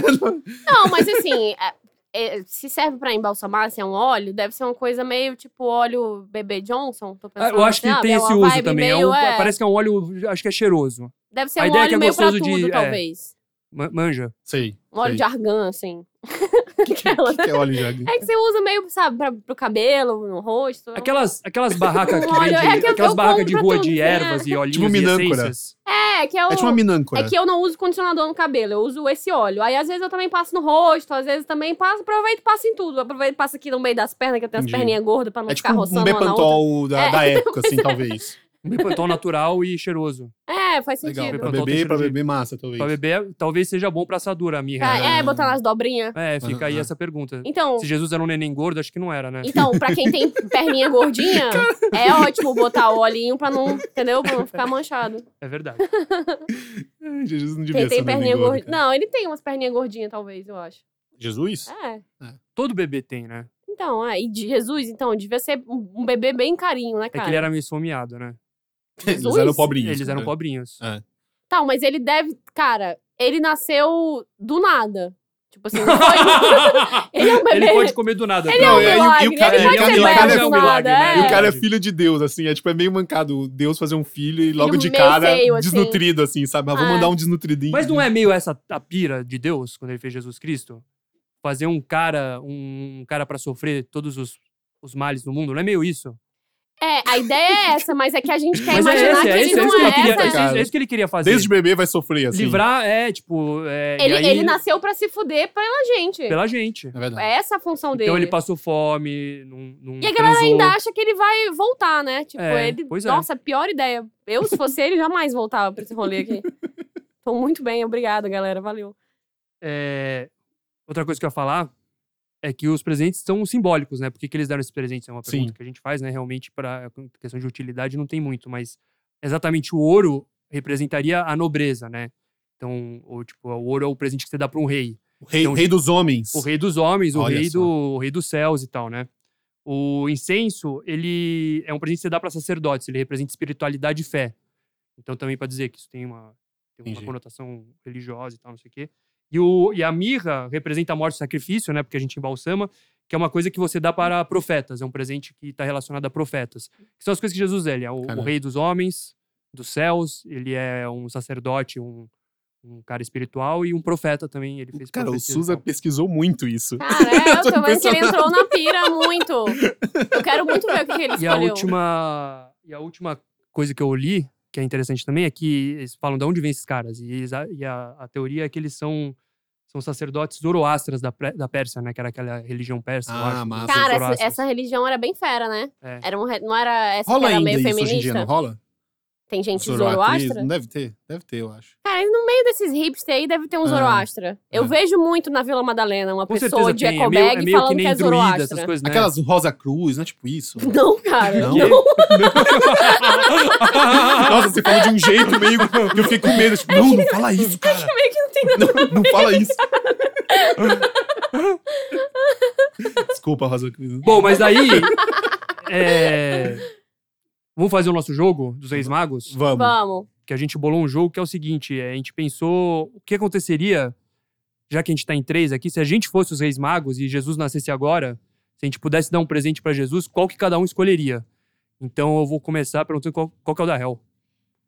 Não, mas assim, é- é, se serve pra embalsamar, se é um óleo, deve ser uma coisa meio tipo óleo Bebê Johnson. Tô pensando,
Ah, Eu acho que
sabe?
tem
É
esse
uma
uso
vibe
também. É
Meio,
um-
é,
Parece que é um óleo, acho que é cheiroso.
deve ser
a
um
ideia é
óleo
que é
meio pra
gostoso de-
tudo,
é.
talvez.
Ma- Manja.
Sei.
Um óleo
sei.
de argan, assim. Aquela,
Que é óleo de água.
É que você usa meio, sabe, pra, pro cabelo, no rosto.
Aquelas, aquelas barracas que
Um óleo-
vende-
é que eu-
aquelas
eu
barracas
compro
de
pra
rua
tudo,
de
né?
ervas e olhinhos
Tipo
e
minâncora.
essências.
É, que eu...
É tipo uma minâncora.
É que eu não uso condicionador no cabelo, eu uso esse óleo. Aí, às vezes, eu também passo no rosto, às vezes também passo, aproveito e passo em tudo. Aproveito e passo aqui no meio das pernas, que eu tenho as
Entendi.
perninhas gordas pra não
É tipo
ficar
um, um
roçando uma na outra. É.
Bepantol da, da época, assim, talvez.
Um Bepantol natural e cheiroso.
É, faz sentido.
Legal. Pra
Bepantol tem
beber, pra
cheiro de-
beber massa, talvez.
Pra beber, talvez seja bom pra assadura, a mirra. né?
Ah.
É, é, botar nas dobrinhas.
É, fica aí
Aham.
essa pergunta.
Então,
Se Jesus era um neném gordo, acho que não era, né?
então, pra quem tem perninha gordinha, é ótimo botar o olhinho pra não, entendeu? Pra não ficar manchado.
É verdade.
Ai, Jesus não devia
Quem tem
ser um neném
perninha
gordo,
gordinha...
cara.
Não, ele tem umas perninhas gordinhas, talvez, eu acho.
Jesus?
É.
Todo bebê tem, né?
Então, é. E de Jesus, então, devia ser um um bebê bem carinho, né,
É
cara?
que ele era meio esfomeado, né?
É, Eles
Jesus?
eram pobrinhos.
Eles eram
né?
pobrinhos.
Tá, mas ele deve. Cara, ele nasceu do nada. Tipo assim, não foi. ele é um bebê.
Ele pode comer do nada.
Ele é um
Não, e- e o
milagre.
cara-
Ele pode
e o cara-
ser belo
é
do
um
milagre,
nada.
né?
E
é.
o
É.
cara é filho de Deus, assim, é tipo, é meio mancado Deus fazer um filho e logo
Filho
de
meio
cara,
feio, assim.
desnutrido, assim, sabe? Ah, vou
Ah.
mandar um desnutridinho.
Mas não é meio essa a pira de Deus quando ele fez Jesus Cristo? Fazer um cara, um cara para sofrer todos os, os males do mundo, não é meio isso?
É, a ideia é essa, mas é que a gente quer
Mas é
imaginar
esse,
que
é
ele
esse, é
não
isso que
é
ele queria,
essa,
é isso-
cara.
é isso que ele queria fazer.
Desde bebê vai sofrer, assim.
Livrar é tipo, é, e
Ele,
aí,
ele nasceu pra se fuder pela gente.
pela gente.
É verdade.
É essa a função dele.
Então ele passou fome, não, não
E a galera
transou.
ainda acha que ele vai voltar, né? Tipo,
É,
ele.
pois é.
Nossa, pior ideia. Eu, se fosse ele, jamais voltava pra esse rolê aqui. Tô muito bem, obrigada, galera. Valeu.
É, outra coisa que eu ia falar é que os presentes são simbólicos, né? Por que, que eles deram esses presentes? É uma pergunta
Sim.
que a gente faz, né? Realmente, para questão de utilidade, não tem muito, mas exatamente o ouro representaria a nobreza, né? Então, ou, tipo, o ouro é o presente que você dá para um rei.
O rei,
Então,
rei dos homens.
O rei dos homens, o
Olha
rei,
só.
do, o rei dos céus e tal, né? O incenso, ele é um presente que você dá para sacerdotes, ele representa espiritualidade e fé. Então, também para dizer que isso tem uma, tem uma
Entendi.
conotação religiosa e tal, não sei o quê. E, o, e a mirra representa a morte e sacrifício, né? Porque a gente embalsama, que é uma coisa que você dá para profetas, é um presente que está relacionado a profetas. Que são as coisas que Jesus é, ele é o, o
Caramba.
rei dos homens, dos céus, ele é um sacerdote, um, um cara espiritual e um profeta também. Ele fez
Cara, o
profecias e
Suza
tal.
pesquisou muito isso.
Cara, é, eu
Tô
tô vendo que ele
impressionado.
entrou na pira muito. Eu quero muito ver o que que ele
E a
escolheu.
última e a última coisa que eu li, que é interessante também, é que eles falam de onde vêm esses caras. E, eles- a, e a, a teoria é que eles são são sacerdotes zoroastras da, pré- da Pérsia, né? Que era aquela religião persa. eu
Ah,
acho, né? dos
massa.
Cara, essa,
zoroastras.
essa religião era bem fera, né?
É.
Era um re- não era essa
Rola
que era
ainda
meio
isso
feminista?
hoje em dia, não rola?
Tem gente
Zoroatrismo?
zoroastra?
Não deve ter? Deve ter, eu acho.
Cara, no meio desses hipster aí deve ter um
Ah,
zoroastra. Eu
é.
vejo muito na Vila Madalena uma
Com
pessoa
certeza
de
tem. É meio, é
ecobag
meio que
falando que,
nem
é
druida, essas
zoroastra.
coisas, né?
Aquelas Rosa Cruz, não é tipo isso?
Não, cara.
Não?
não.
Nossa, você falou de um jeito meio que eu fiquei com medo. Tipo, não, não fala isso, cara.
meio que não tem
Não, não fala isso. Desculpa, Rosa Cruz.
Bom, mas daí... é, Vamos fazer o nosso jogo dos Reis Magos?
Vamos.
Vamos.
que a gente bolou um jogo que é o seguinte: é, a gente pensou o que aconteceria já que a gente tá em três aqui, se a gente fosse os Reis Magos e Jesus nascesse agora, se a gente pudesse dar um presente pra Jesus, qual que cada um escolheria? Então eu vou começar perguntando qual, qual que é o da Hel.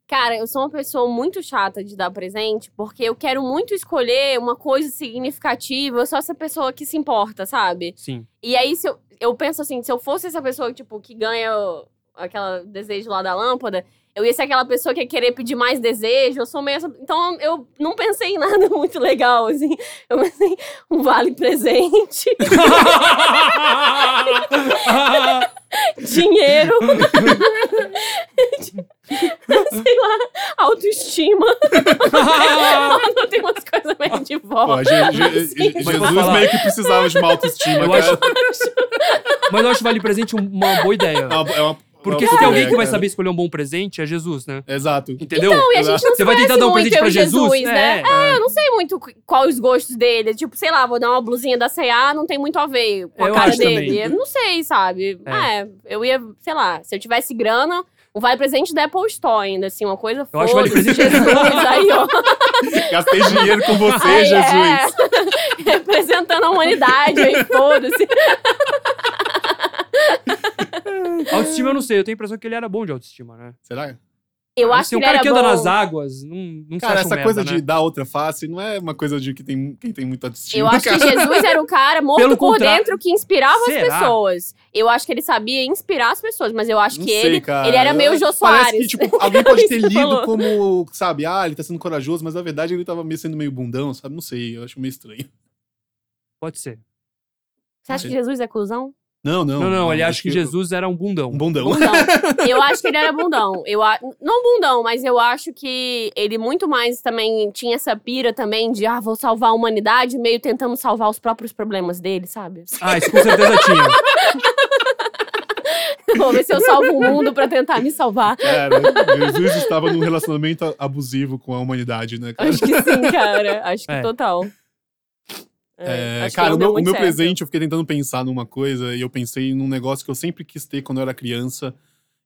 Cara, eu sou uma pessoa muito chata de dar presente, porque eu quero muito escolher uma coisa significativa, eu sou essa pessoa que se importa, sabe?
Sim.
E aí, se eu, eu penso assim, se eu fosse essa pessoa, tipo, que ganha o- aquela desejo lá da lâmpada, eu ia ser aquela pessoa que ia querer pedir mais desejo, eu sou meio essa... Então, eu não pensei em nada muito legal, assim. Eu pensei, um vale-presente, dinheiro... Sei lá, autoestima. não tem umas coisas meio de
Pô,
volta.
a Je- Je- Je-
Mas vou
Jesus
falar.
meio que precisava de uma autoestima,
Eu
cara.
acho- Mas eu acho Vale Presente um, uma boa ideia.
É uma- é uma-
Porque
é
se
uma
tem alguém que
ideia,
vai
cara.
saber escolher um bom presente, é Jesus, né?
Exato.
Entendeu?
Não, Então, e a gente não
Você vai tentar
conhece
dar um
muito
presente
eu
pra
e
Jesus?
Jesus, né?
É.
Eu não sei muito qu- qual os gostos dele. Tipo, sei lá, vou dar uma blusinha da C&A, não tem muito a ver com a
Eu
cara
acho também.
dele. Eu não sei, sabe? É. eu ia, sei lá, se eu tivesse grana, um vale presente da Apple Store ainda, assim, uma coisa
Eu acho vale
foda-se,
presente-
Jesus, aí, ó.
Gastei dinheiro com você,
Aí,
Jesus.
é. Representando a humanidade, aí, foda-se.
Autoestima eu não sei, eu tenho a impressão que ele era bom de autoestima, né?
Será?
Eu
Mas
acho
tem um
que ele
cara
era
que anda
bom.
nas águas, não, não se
Cara,
acha um
essa
merda,
coisa
né?
de dar outra face não é uma coisa de que tem, quem tem muita autoestima.
Eu acho que
cara.
Jesus era o cara morto
Pelo
por
contrário.
dentro que inspirava
Será?
as pessoas. Eu acho que ele sabia inspirar as pessoas, mas eu acho
Não
que
sei,
ele,
cara.
ele era meio Jô
Parece
Soares.
que, tipo, alguém pode ter
Isso que você
lido
falou.
como, sabe, ah, ele tá sendo corajoso, mas na verdade ele tava meio sendo meio bundão, sabe? Não sei, eu acho meio estranho.
Pode ser.
Você acha que Jesus é cuzão?
Não, não.
Não, não, ele acha
acho
que Jesus era um bundão.
Um bundão.
Bundão. eu acho que ele era bundão. Eu a- Não bundão, mas eu acho que ele muito mais também tinha essa pira também de, ah, vou salvar a humanidade, meio tentando salvar os próprios problemas dele, sabe?
Ah, isso com certeza tinha.
vou ver se eu salvo o mundo pra tentar me salvar.
Cara, É, né? Jesus estava num relacionamento abusivo com a humanidade, né, cara?
Acho que sim, cara. Acho que
É.
total.
É,
acho que
cara,
não
o
deu
meu, o
muito
meu
certo.
presente, eu fiquei tentando pensar numa coisa e eu pensei num negócio que eu sempre quis ter quando eu era criança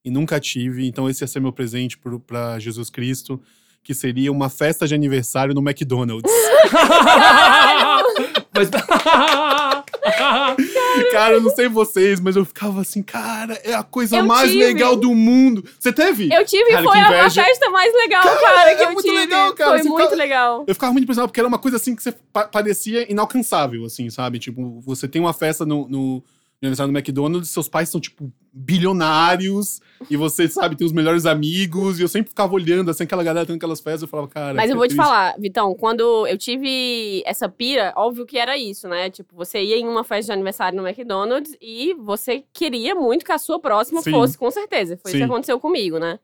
e nunca tive. Então, esse ia ser meu presente pro- pra Jesus Cristo, que seria uma festa de aniversário no McDonald's.
Mas.
cara, eu não sei vocês, mas eu ficava assim, cara, é a coisa
Eu
mais
tive.
legal do mundo. Você teve?
Eu tive
Cara,
e foi
que
a
inveja.
festa mais legal, cara,
Cara,
que
é
eu
muito
tive.
legal, cara,
Foi
você tá
muito
fica-
legal.
Eu ficava muito impressionado, porque era uma coisa assim que você pa- parecia inalcançável, assim, sabe? Tipo, você tem uma festa no, no aniversário do McDonald's, seus pais são, tipo, bilionários, e você, sabe, tem os melhores amigos, e eu sempre ficava olhando, assim, aquela galera tendo aquelas festas, eu falava, cara.
Mas eu
que
vou te
triste.
falar, Vitão, quando eu tive essa pira, óbvio que era isso, né? Tipo, você ia em uma festa de aniversário no McDonald's e você queria muito que a sua próxima
Sim.
fosse, com certeza. Foi isso
Sim.
que aconteceu comigo, né?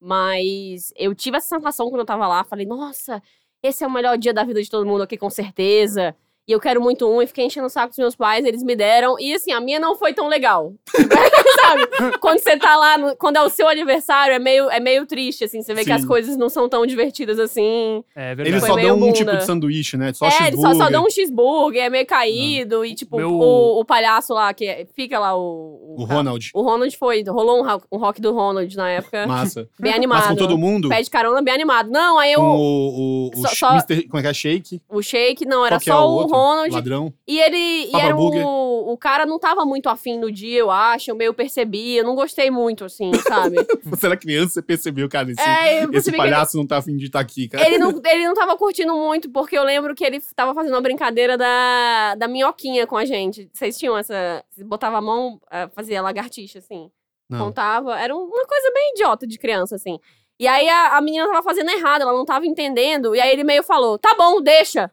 Mas eu tive essa sensação quando eu tava lá, falei, nossa, esse é o melhor dia da vida de todo mundo aqui, com certeza. E eu quero muito um, e fiquei enchendo o saco dos meus pais, eles me deram. E assim, a minha não foi tão legal. Sabe? Quando você tá lá, no- quando é o seu aniversário, é meio, é meio triste, assim. Você vê que
Sim.
as coisas não são tão divertidas assim.
É
Eles
verdade.
Foi
só
meio
dão um
bunda.
tipo de sanduíche, né? Só
é, eles só, só
cheeseburger.
dão um cheeseburger, é meio caído. E tipo,
Meu-
o, o palhaço lá, que é- fica lá o...
O Ronald.
O Ronald foi, rolou um, ro- um rock do Ronald na época.
Massa. Mas
Bem
com
animado.
todo mundo?
Pé de carona, bem animado. Não, aí
Com
o,
o, o, o
Só-
sh-
só-
Mr. Como é que é? Shake?
o Shake, não, era
Qual que é
só o,
outro?
Ronald.
Ladrão.
E ele. E
Papa
era
Burger.
o, o cara não tava muito afim no dia, eu acho. Eu meio percebi. Eu não gostei muito, assim, sabe?
Você era criança, você percebeu, cara, esse,
é, eu
esse
percebi que ele-
palhaço não tá afim de estar aqui, cara.
ele não, ele não tava curtindo muito, porque eu lembro que ele tava fazendo uma brincadeira da, da minhoquinha com a gente. Vocês tinham essa. Você botava a mão, eh, fazia lagartixa, assim.
Não.
contava. Era um, uma coisa bem idiota de criança, assim. E aí a, a menina tava fazendo errado, ela não tava entendendo. E aí ele meio falou: tá bom, deixa.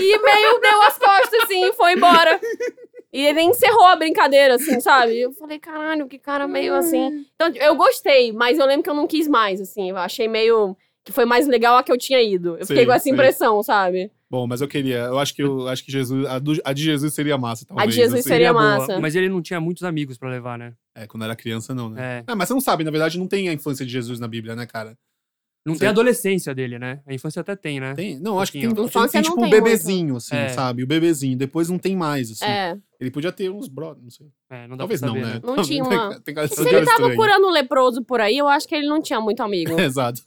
E meio deu as costas, assim, e foi embora. E ele encerrou a brincadeira, assim, sabe? Eu falei, caralho, que cara meio assim. Então, eu gostei, mas eu lembro que eu não quis mais, assim. Eu achei meio. que foi mais legal a que eu tinha ido. Eu fiquei
Sei,
com essa
sei.
impressão, sabe?
Bom, mas eu queria. Eu acho que eu acho que Jesus. A, do- a de Jesus seria massa,
A
talvez.
de Jesus
assim.
seria
boa,
massa.
Mas ele não tinha muitos amigos pra levar, né?
É, quando era criança, não, né?
É.
Ah, mas você não sabe, na verdade, não tem a infância de Jesus na Bíblia, né, cara?
Não
Sim.
tem a adolescência dele, né? A infância até tem, né?
Tem? Não, acho que tem.
Pouquinho.
Tem,
Infância
tem,
não
tipo o
tem
bebezinho, assim,
É.
sabe? O bebezinho. Depois não tem mais, assim.
É.
Ele podia ter uns brothers, não sei.
É, não dá
Talvez
pra
não,
saber,
né?
Não tinha
Tem-
uma-
é
tem cara-
Se
tem
ele
cara
tava um
estranha.
curando leproso por aí, eu acho que ele não tinha muito amigo.
Exato.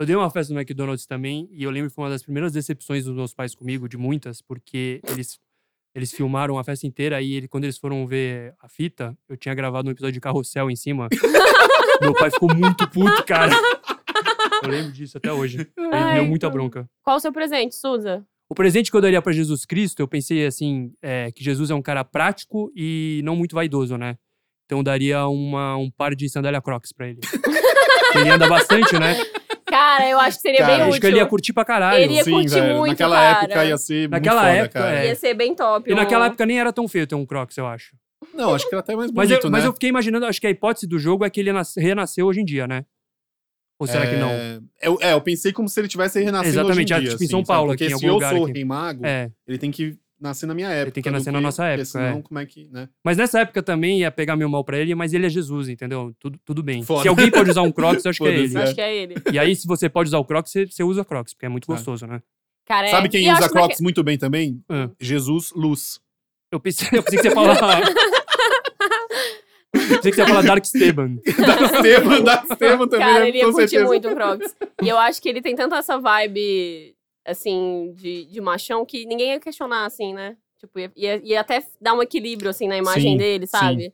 Eu dei uma festa no McDonald's também, e eu lembro que foi uma das primeiras decepções dos meus pais comigo, de muitas, porque eles, eles filmaram a festa inteira e ele, quando eles foram ver a fita, eu tinha gravado um episódio de carrossel em cima. Meu pai ficou muito puto, cara. Eu lembro disso até hoje. Ele me
Ai, então.
deu muita bronca.
Qual o seu presente, Suza?
O presente que eu daria pra Jesus Cristo, eu pensei assim, é, que Jesus é um cara prático e não muito vaidoso, né? Então eu daria uma, um par de sandália Crocs pra ele. ele anda bastante, né?
Cara, eu acho que seria
Cara,
bem
Acho
útil.
que ele ia curtir pra caralho.
Ele ia curtir muito,
Naquela
cara.
época ia ser
Naquela
muito foda,
época,
cara.
é.
Ia ser bem top.
E
um-
naquela época nem era tão feio ter um Crocs, eu acho.
Não, acho que era até mais
Mas,
bonito,
eu,
né?
mas eu fiquei imaginando, acho que a hipótese do jogo é que ele nas- renasceu hoje em dia, né? Ou será que não?
É, eu, é, eu pensei como se ele tivesse renascendo
Exatamente,
hoje
ah,
em dia.
tipo em
assim,
São
sabe?
Paulo,
Porque
aqui, em
se
algum
eu
lugar
sou
aqui.
rei mago,
É.
ele tem que nascer na minha época.
tem que nascer
do
na nossa
porque
época,
Senão,
é.
como é que, né?
Mas nessa época também ia pegar meu mal pra ele, mas ele é Jesus, entendeu? Tudo, tudo bem.
Foda.
Se alguém pode usar um Crocs, eu acho que é
Foda-se,
ele.
é.
Acho que é ele.
E aí, se você pode usar o Crocs, você, você usa Crocs, porque é muito
É.
gostoso, né?
Cara, é-
Sabe quem
e eu
usa
acho que naque-
Crocs muito bem também?
Ah.
Jesus Luz.
Eu pensei, eu pensei que você ia falar. Eu pensei que você ia falar Dark Esteban.
da Esteban, da Esteban também,
Cara,
né?
ele ia
com
curtir
certeza.
muito o Crocs. E eu acho que ele tem tanto essa vibe, assim, de, de machão, que ninguém ia questionar, assim, né? Tipo, ia, ia, ia até dar um equilíbrio, assim, na imagem
Sim,
dele, sabe?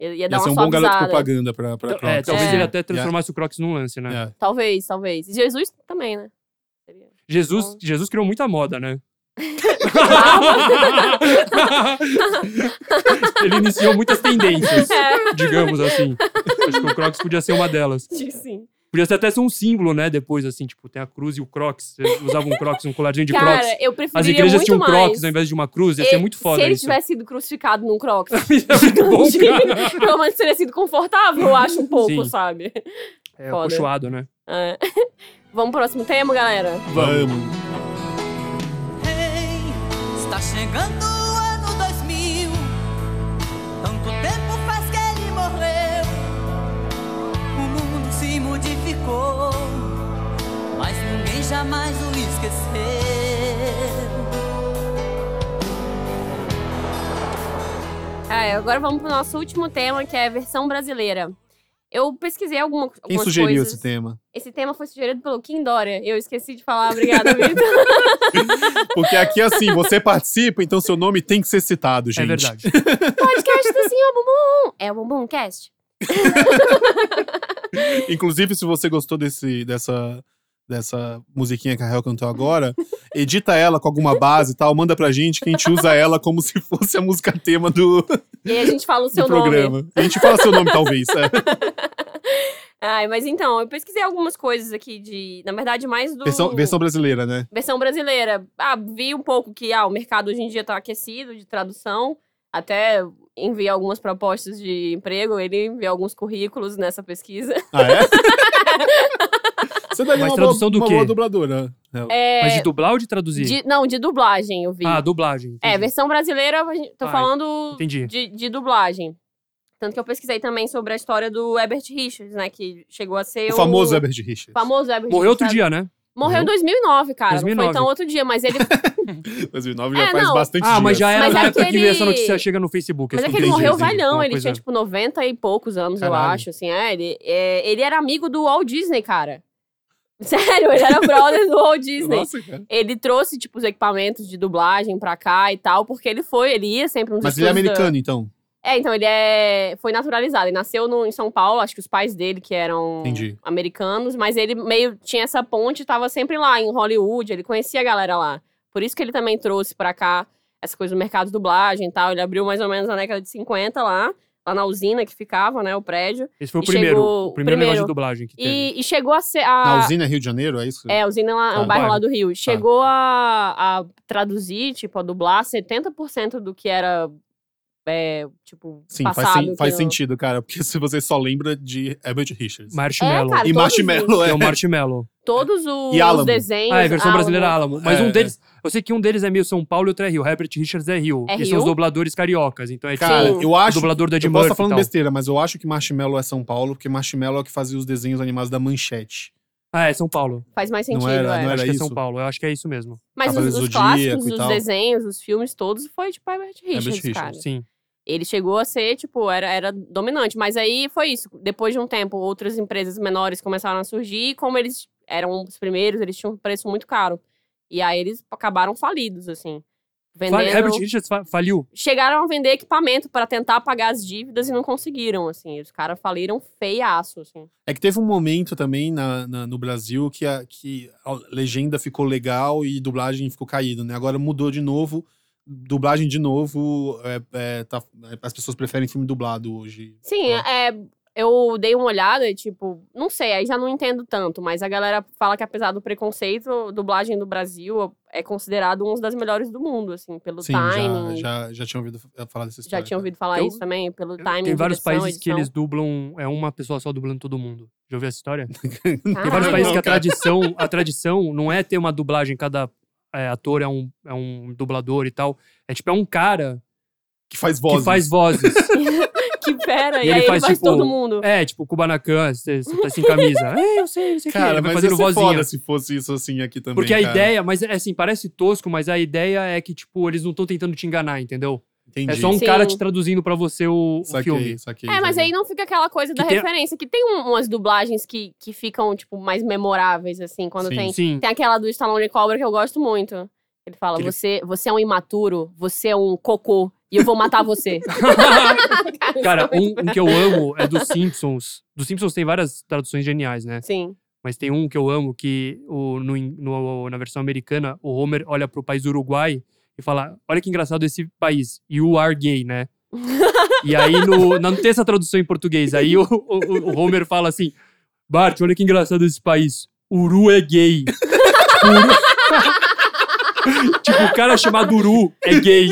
Ia, ia dar
Ia
uma
ser um bom garoto
suavizada.
propaganda pra, pra Crocs.
É, talvez
É.
ele até transformasse o Crocs num lance, né?
É.
Talvez, talvez. E Jesus também, né? Seria.
Jesus,
Então-
Jesus criou muita moda, né? ele iniciou muitas tendências,
É,
digamos assim. Acho que o Crocs podia ser uma delas.
sim.
Podia ser até ser um símbolo, né? Depois, assim, tipo, tem a cruz e o Crocs. Você usava um Crocs, um colarzinho de
Cara,
Crocs.
eu
As
preferiria
igrejas
muito
tinham
mais.
Crocs ao invés de uma cruz. Ia ser
E-
muito foda
Se ele
isso.
tivesse sido crucificado num Crocs,
Ia ser muito bom, cara.
pelo menos teria sido confortável, eu acho, um pouco,
Sim.
sabe?
É,
Foda.
acolchoado, né?
É. Vamos pro próximo tema, galera?
Vamos.
Ei, está chegando o ano 2000. Tanto tempo faz que ele morreu. O mundo se modificou, mas ninguém jamais o esqueceu.
É, agora vamos pro nosso último tema, que é a versão brasileira. Eu pesquisei alguma, algumas
Quem sugeriu
coisas.
esse tema?
Esse tema foi sugerido pelo Kim Dória. Eu esqueci de falar, obrigada, Então, Vitor.
Porque aqui, assim, você participa, então seu nome tem que ser citado, gente.
É verdade.
Podcast do Senhor tipo assim, Bumbum. É o Bumbum Cast.
Inclusive, se você gostou desse, dessa, dessa musiquinha que a Hel cantou agora, edita ela com alguma base e tal, manda pra gente que a gente usa ela como se fosse a música tema do, do
E aí a gente fala o seu nome.
programa. A gente fala seu nome, talvez. é.
Ai, mas então, eu pesquisei algumas coisas aqui de. Na verdade, mais do.
Versão, versão brasileira, né?
versão brasileira. Ah, vi um pouco que ah, o mercado hoje em dia tá aquecido de tradução. Até enviei algumas propostas de emprego, ele enviou alguns currículos nessa pesquisa.
Ah, é? Você daria
Mas
uma,
tradução
boa,
do
uma
quê?
boa dubladora. Hel.
É,
Mas de dublar ou de traduzir?
de- não, de dublagem eu vi.
Ah, dublagem.
é,
entendi.
versão brasileira, a gente- tô
Ah,
falando
Entendi.
de, de dublagem. Tanto que eu pesquisei também sobre a história do Herbert Richards, né? Que chegou a ser
O famoso
o
Herbert Richards.
famoso Herbert
Morreu outro dia,
Richards.
né?
Morreu em 2009, cara. Não
2009.
foi tão outro dia, mas ele
2009
É,
já faz
não.
bastante
Ah, mas já era
Mas
na
é
época
aquele-
que essa notícia chega no Facebook.
Mas é
assim,
que ele
entendi,
morreu
entendi.
velhão,
Uma
ele
coisa-
tinha tipo 90 e poucos anos, eu
Caralho.
acho, assim. É, ele, é, ele era amigo do Walt Disney, cara. Sério, ele era brother do Walt Disney.
Nossa, cara.
Ele trouxe, tipo, os equipamentos de dublagem pra cá e tal, porque ele foi, ele ia sempre nos
Mas ele é
estúdios da-
americano, então.
É, então ele é... foi naturalizado. Ele nasceu no- em São Paulo, acho que os pais dele que eram
Entendi.
americanos, mas ele meio tinha essa ponte, tava sempre lá em Hollywood, ele conhecia a galera lá. Por isso que ele também trouxe pra cá essa coisa do mercado de dublagem e tal. Ele abriu mais ou menos na década de 50 lá, lá na usina que ficava, né, o prédio.
Esse foi o
E
primeiro.
chegou-
O primeiro negócio
primeiro.
de dublagem que teve.
E, e chegou a ser a
Na usina Rio de Janeiro, é isso?
Ah. é, a usina lá, é
Ah,
um bairro
bairro.
lá do Rio. Chegou a, a traduzir, tipo, a dublar 70% do que era, é, tipo,
Sim,
passado.
faz, sen-
que
faz
eu-
sentido, cara. Porque se você só lembra de Herbert Richards.
É,
Marshmallow.
cara,
e
todos os-
Marshmallow,
É
é.
o Marshmallow.
Todos os
E Alamo.
desenhos.
Ah, é a versão brasileira Alamo. Mas
É.
um deles. Eu sei que um deles é meio São Paulo e outro é Rio. Herbert Richards é Rio.
É
Eles são
Rio?
os dubladores cariocas. Então é
Cara,
tipo.
eu
o
acho.
dublador da Ed
Eu posso
Murphy. então.
estar
e
falando
tal.
besteira, mas eu acho que Marshmallow é São Paulo, porque Marshmallow é o que fazia os desenhos animados da Manchete.
Ah, é São Paulo.
Faz mais
Não
sentido,
era,
é.
não era.
acho que é São
isso?
Paulo. Eu acho que é isso mesmo.
Mas os,
Cavaleiro
os
Zodíaco
clássicos,
e
os
tal.
desenhos, os filmes todos, foi tipo Herbert Richards,
Richards,
cara.
Sim.
Ele chegou a ser, tipo, era, era dominante. Mas aí foi isso. Depois de um tempo, outras empresas menores começaram a surgir. E como eles eram os primeiros, eles tinham um preço muito caro. E aí eles acabaram falidos, assim. Vendendo,
Fal- Herbert Richards fa- faliu.
chegaram a vender equipamento para tentar pagar as dívidas e não conseguiram, assim. Os caras faliram feiaço, assim.
É que teve um momento também na- na- no Brasil que a, que a legenda ficou legal e dublagem ficou caído, né? Agora mudou de novo. Dublagem de novo, é- é, tá- é, as pessoas preferem filme dublado hoje.
Sim,
Né?
é, eu dei uma olhada e, tipo, não sei, aí já não entendo tanto, mas a galera fala que apesar do preconceito, a dublagem do Brasil é considerado uma das melhores do mundo, assim, pelo
Sim, já, é
timing. Já,
já, já tinha ouvido falar dessa história. tá?
tinha ouvido falar
Eu-
isso também, pelo
Eu-
timing.
Tem vários
direção,
países que
edição.
eles dublam, é uma pessoa só dublando todo mundo. Já ouviu essa história? Tem vários
Ah,
Caralho.
países que a
cara.
tradição, a tradição não é ter uma dublagem, cada é, ator é um, é um dublador e tal. É tipo, é um cara
Que faz voz. né?
que faz vozes.
Que pera,
E
e,
ele
aí
faz,
ele faz
tipo,
todo mundo.
é, tipo, Kubanacan, você você tá sem camisa. é, eu sei, eu sei que
Cara,
ele vai
mas
fazendo
ia ser
vozinha.
foda se fosse isso assim aqui também.
Porque a
cara.
ideia, mas é assim, parece tosco, mas a ideia é que, tipo, eles não estão tentando te enganar, entendeu?
Entendi.
É só um
Sim.
cara te traduzindo pra você o, o
Saquei,
filme.
saquei,
É, mas
saquei.
aí não fica aquela coisa da
tem-
referência, que tem um- umas dublagens que, que ficam, tipo, mais memoráveis, assim, quando
Sim.
tem
Sim.
Tem aquela do Stallone Cobra que eu gosto muito. Ele fala:
Que ele-
Você, você é um imaturo, você é um cocô, e eu vou matar você.
Cara,
isso é
um,
muito-
um que eu amo é dos Simpsons. Dos Simpsons tem várias traduções geniais, né?
Sim.
Mas tem um que eu amo que o, no in- no- na versão americana, o Homer olha pro país Uruguai e fala: Olha que engraçado esse país, you are gay, né? e aí no, não tem essa tradução em português. Aí o, o- o Homer fala assim: Bart, olha que engraçado esse país, Uru é gay. Uru- tipo, o cara chamado Uru é gay.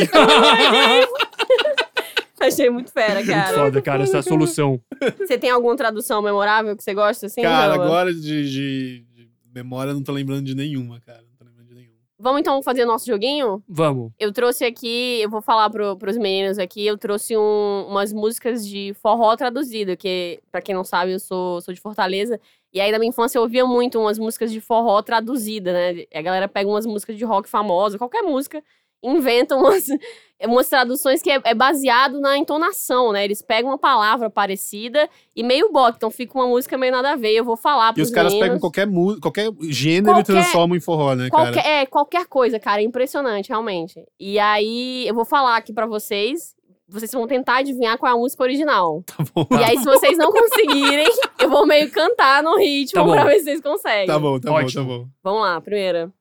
Achei muito fera,
Muito
cara.
foda, cara, essa é a solução.
Você tem alguma tradução memorável que você gosta, assim?
Cara,
João?
agora de, de- de memória eu não tô lembrando de nenhuma, cara. Não tô lembrando de nenhuma.
Vamos então fazer nosso joguinho?
Vamos.
Eu trouxe aqui, eu vou falar pro, pros meninos aqui, eu trouxe um- umas músicas de forró traduzido, que, pra quem não sabe, eu sou, sou de Fortaleza. E aí, na minha infância, eu ouvia muito umas músicas de forró traduzida, né? A galera pega umas músicas de rock famosa, qualquer música, inventam umas, umas traduções que é, é baseado na entonação, né? Eles pegam uma palavra parecida e meio bota, então fica uma música meio nada a ver. Eu vou falar
E
pros
os caras
meninos.
pegam qualquer, mu- qualquer gênero
Qualquer-
e transformam em forró, né, cara?
Qualquer, é, qualquer coisa, cara. É impressionante, realmente. E aí, eu vou falar aqui pra vocês. Vocês vão tentar adivinhar qual é a música original.
Tá bom.
E aí, se vocês não conseguirem, eu vou meio cantar no ritmo
Tá bom.
pra ver se vocês conseguem.
Tá bom, tá
Ótimo.
bom, tá bom.
Vamos lá, primeira.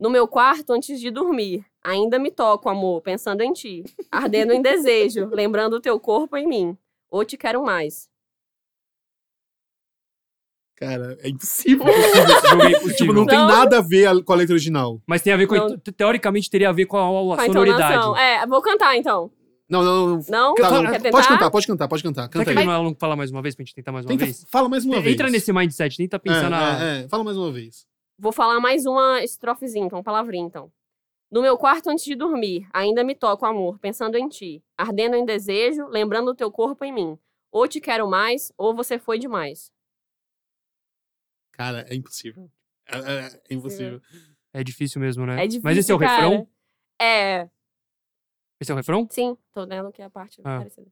No meu quarto, antes de dormir, ainda me toco, amor, pensando em ti. Ardendo em desejo, lembrando o teu corpo em mim. Ou te quero mais.
Cara, é impossível.
Esse jogo é
tipo,
impossível.
não, tem
Não.
nada a ver a- com a letra original.
Mas tem a ver com.
Não.
te- Teoricamente teria a ver com a, a
Com a entonação.
sonoridade.
É, vou cantar então.
Não, não, não.
Não?
Tá, não.
Quer tentar?
Pode cantar, pode cantar, pode cantar.
Será
Canta
que ele
aí.
não é aluno que fala mais uma vez pra gente tentar mais uma
Tenta-
vez?
fala mais uma vez.
Entra nesse mindset, tenta pensar
é,
na.
é, é, Fala mais uma vez.
Vou falar mais uma estrofezinha, então, palavrinha, então. No meu quarto antes de dormir, ainda me toco, amor, pensando em ti. Ardendo em desejo, lembrando o teu corpo em mim. Ou te quero mais, ou você foi demais.
Cara, é impossível. É, é- é impossível.
É, difícil mesmo, né?
É difícil,
Mas esse é o
cara.
refrão?
É,
Esse é o refrão?
sim. Tô vendo que é a parte
Ah.
parecida.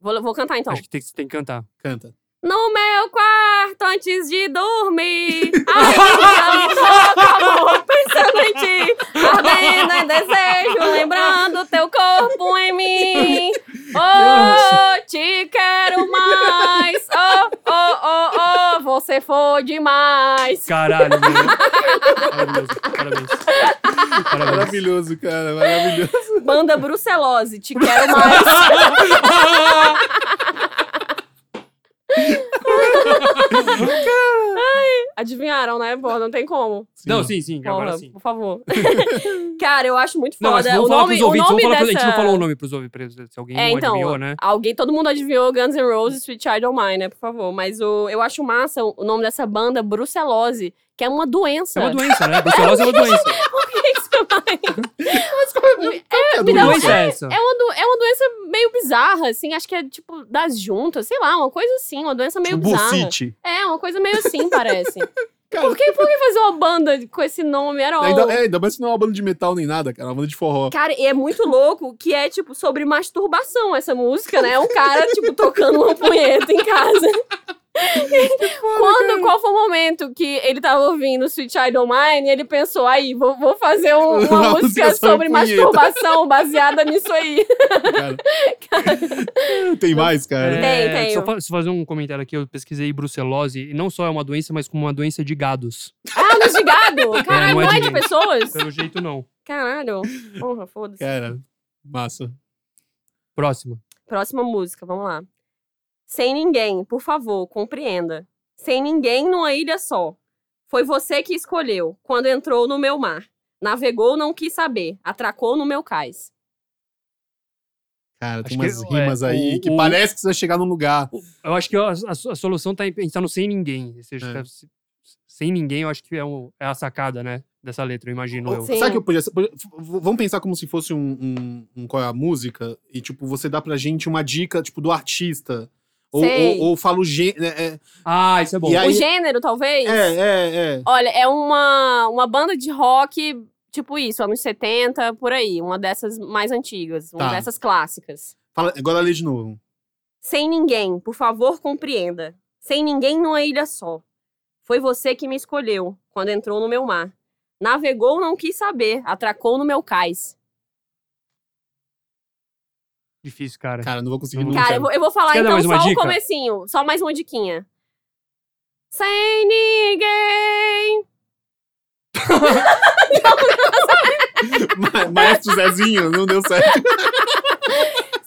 Vou, vou cantar, então.
Acho que tem, que- tem que cantar.
Canta.
No meu quarto antes de dormir, ainda me toco, amor, pensando em ti. Ardendo em desejo, lembrando o teu corpo em mim. Oh, te quero mais. Oh, oh, oh, oh, você foi demais.
Caralho, meu. Maravilhoso. Parabéns. Parabéns.
Maravilhoso, cara, maravilhoso.
Banda Brucelose, te quero mais. Ai, adivinharam, né? Pô, não tem como.
Não, sim, sim, agora
Porra,
sim.
Por favor. Cara, eu acho muito
Não, mas
foda.
vamos
o
falar
nome,
pros ouvintes.
o
Vamos
nome
falar
dessa...
pros... A gente não falou o nome pros ouvintes. pra- Se alguém
É,
não
então,
adivinhou, né?
alguém, todo mundo adivinhou Guns N' Roses, Sweet Child O' Mine, né? Por favor. Mas o, eu acho massa o o nome dessa banda, brucelose, que é uma doença.
É uma doença, né? Brucelose é uma doença.
Por que que você fala isso?
É
me
Que
dá um-
doença é essa?
é, uma do- é uma doença meio bizarra, assim. Acho que é, tipo, das juntas, sei lá, uma coisa assim. Uma doença meio bizarra.
Bursite.
É, uma coisa meio assim, parece.
Tipo Cara,
Por que, por que fazer uma banda com esse nome? Era
ainda,
o-
é, ainda mais que não é uma banda de metal nem nada, cara. É uma banda de forró.
Cara, e é muito louco que é, tipo, sobre masturbação essa música, né? É um cara, tipo, tocando uma punheta em casa. Quando, qual foi o momento que ele tava ouvindo Sweet Child O' Mine e ele pensou, aí, vou, vou fazer um- uma,
Uma música
música
sobre
sobre
punheta.
masturbação baseada nisso aí.
cara. Tem mais, cara?
Tem, tem.
Só É, fa- só fazer um comentário aqui, eu pesquisei brucelose, e não só é uma doença, mas como uma doença de gados.
Ah, nos de gado? Caralho,
não
não
é
é,
de
de
mim.
pessoas?
Pelo jeito, não.
Caralho. Porra, foda-se.
Cara, massa.
Próxima.
Próxima música, vamos lá. Sem ninguém, por favor, compreenda. Sem ninguém numa ilha só. Foi você que escolheu quando entrou no meu mar. Navegou, não quis saber. Atracou no meu cais.
Cara, tem
Acho que
umas
eu-
rimas
é,
aí
o-
que
o-
parece que você vai chegar num lugar.
Eu acho que a, a- a solução tá em pensar no sem ninguém. Ou seja,
É.
tá- se- sem ninguém, eu acho que é, um- é a sacada, né? Dessa letra, eu imagino eu.
Sim.
Sabe que eu podia. ser- podia- v- Vamos pensar como se fosse um, um, um qual é a música e, tipo, você dá pra gente uma dica, tipo, do artista. Ou, ou,
Sei.
ou fala o gênero. É,
Ah, isso é bom.
E aí-
O gênero, talvez?
é, é, é.
Olha, é uma, uma banda de rock, tipo isso, anos 70, por aí. Uma dessas mais antigas, uma
Tá.
dessas clássicas.
Fala, agora lê de novo.
Sem ninguém, por favor, compreenda. Sem ninguém numa ilha só. Foi você que me escolheu quando entrou no meu mar. Navegou, não quis saber, atracou no meu cais.
Difícil, cara.
Cara, não vou conseguir
Não,
nunca.
Cara, eu vou, eu vou falar
Quer dar
então
mais uma
só o
dica?
comecinho, só mais uma diquinha. Sem ninguém.
Ma- Maestro Zezinho, não deu certo.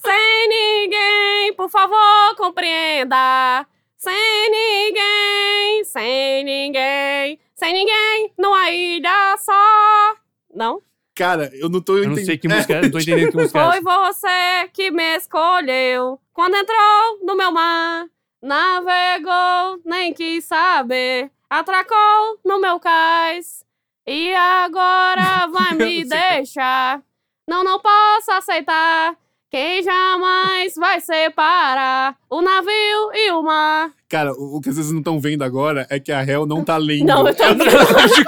Sem ninguém, por favor, compreenda. Sem ninguém, sem ninguém, sem ninguém, numa ilha só. Não?
Cara, eu não tô
Eu não
entendendo.
sei que música é, não tô entendendo que música é
Foi
essa.
você que me escolheu quando entrou no meu mar. Navegou, nem quis saber. Atracou no meu cais. E agora vai
sei.
me deixar. Não, não posso aceitar. Quem jamais vai separar o navio e o mar.
Cara, o o que vocês não estão vendo agora é que a Hel não tá lendo.
Não, eu tô
De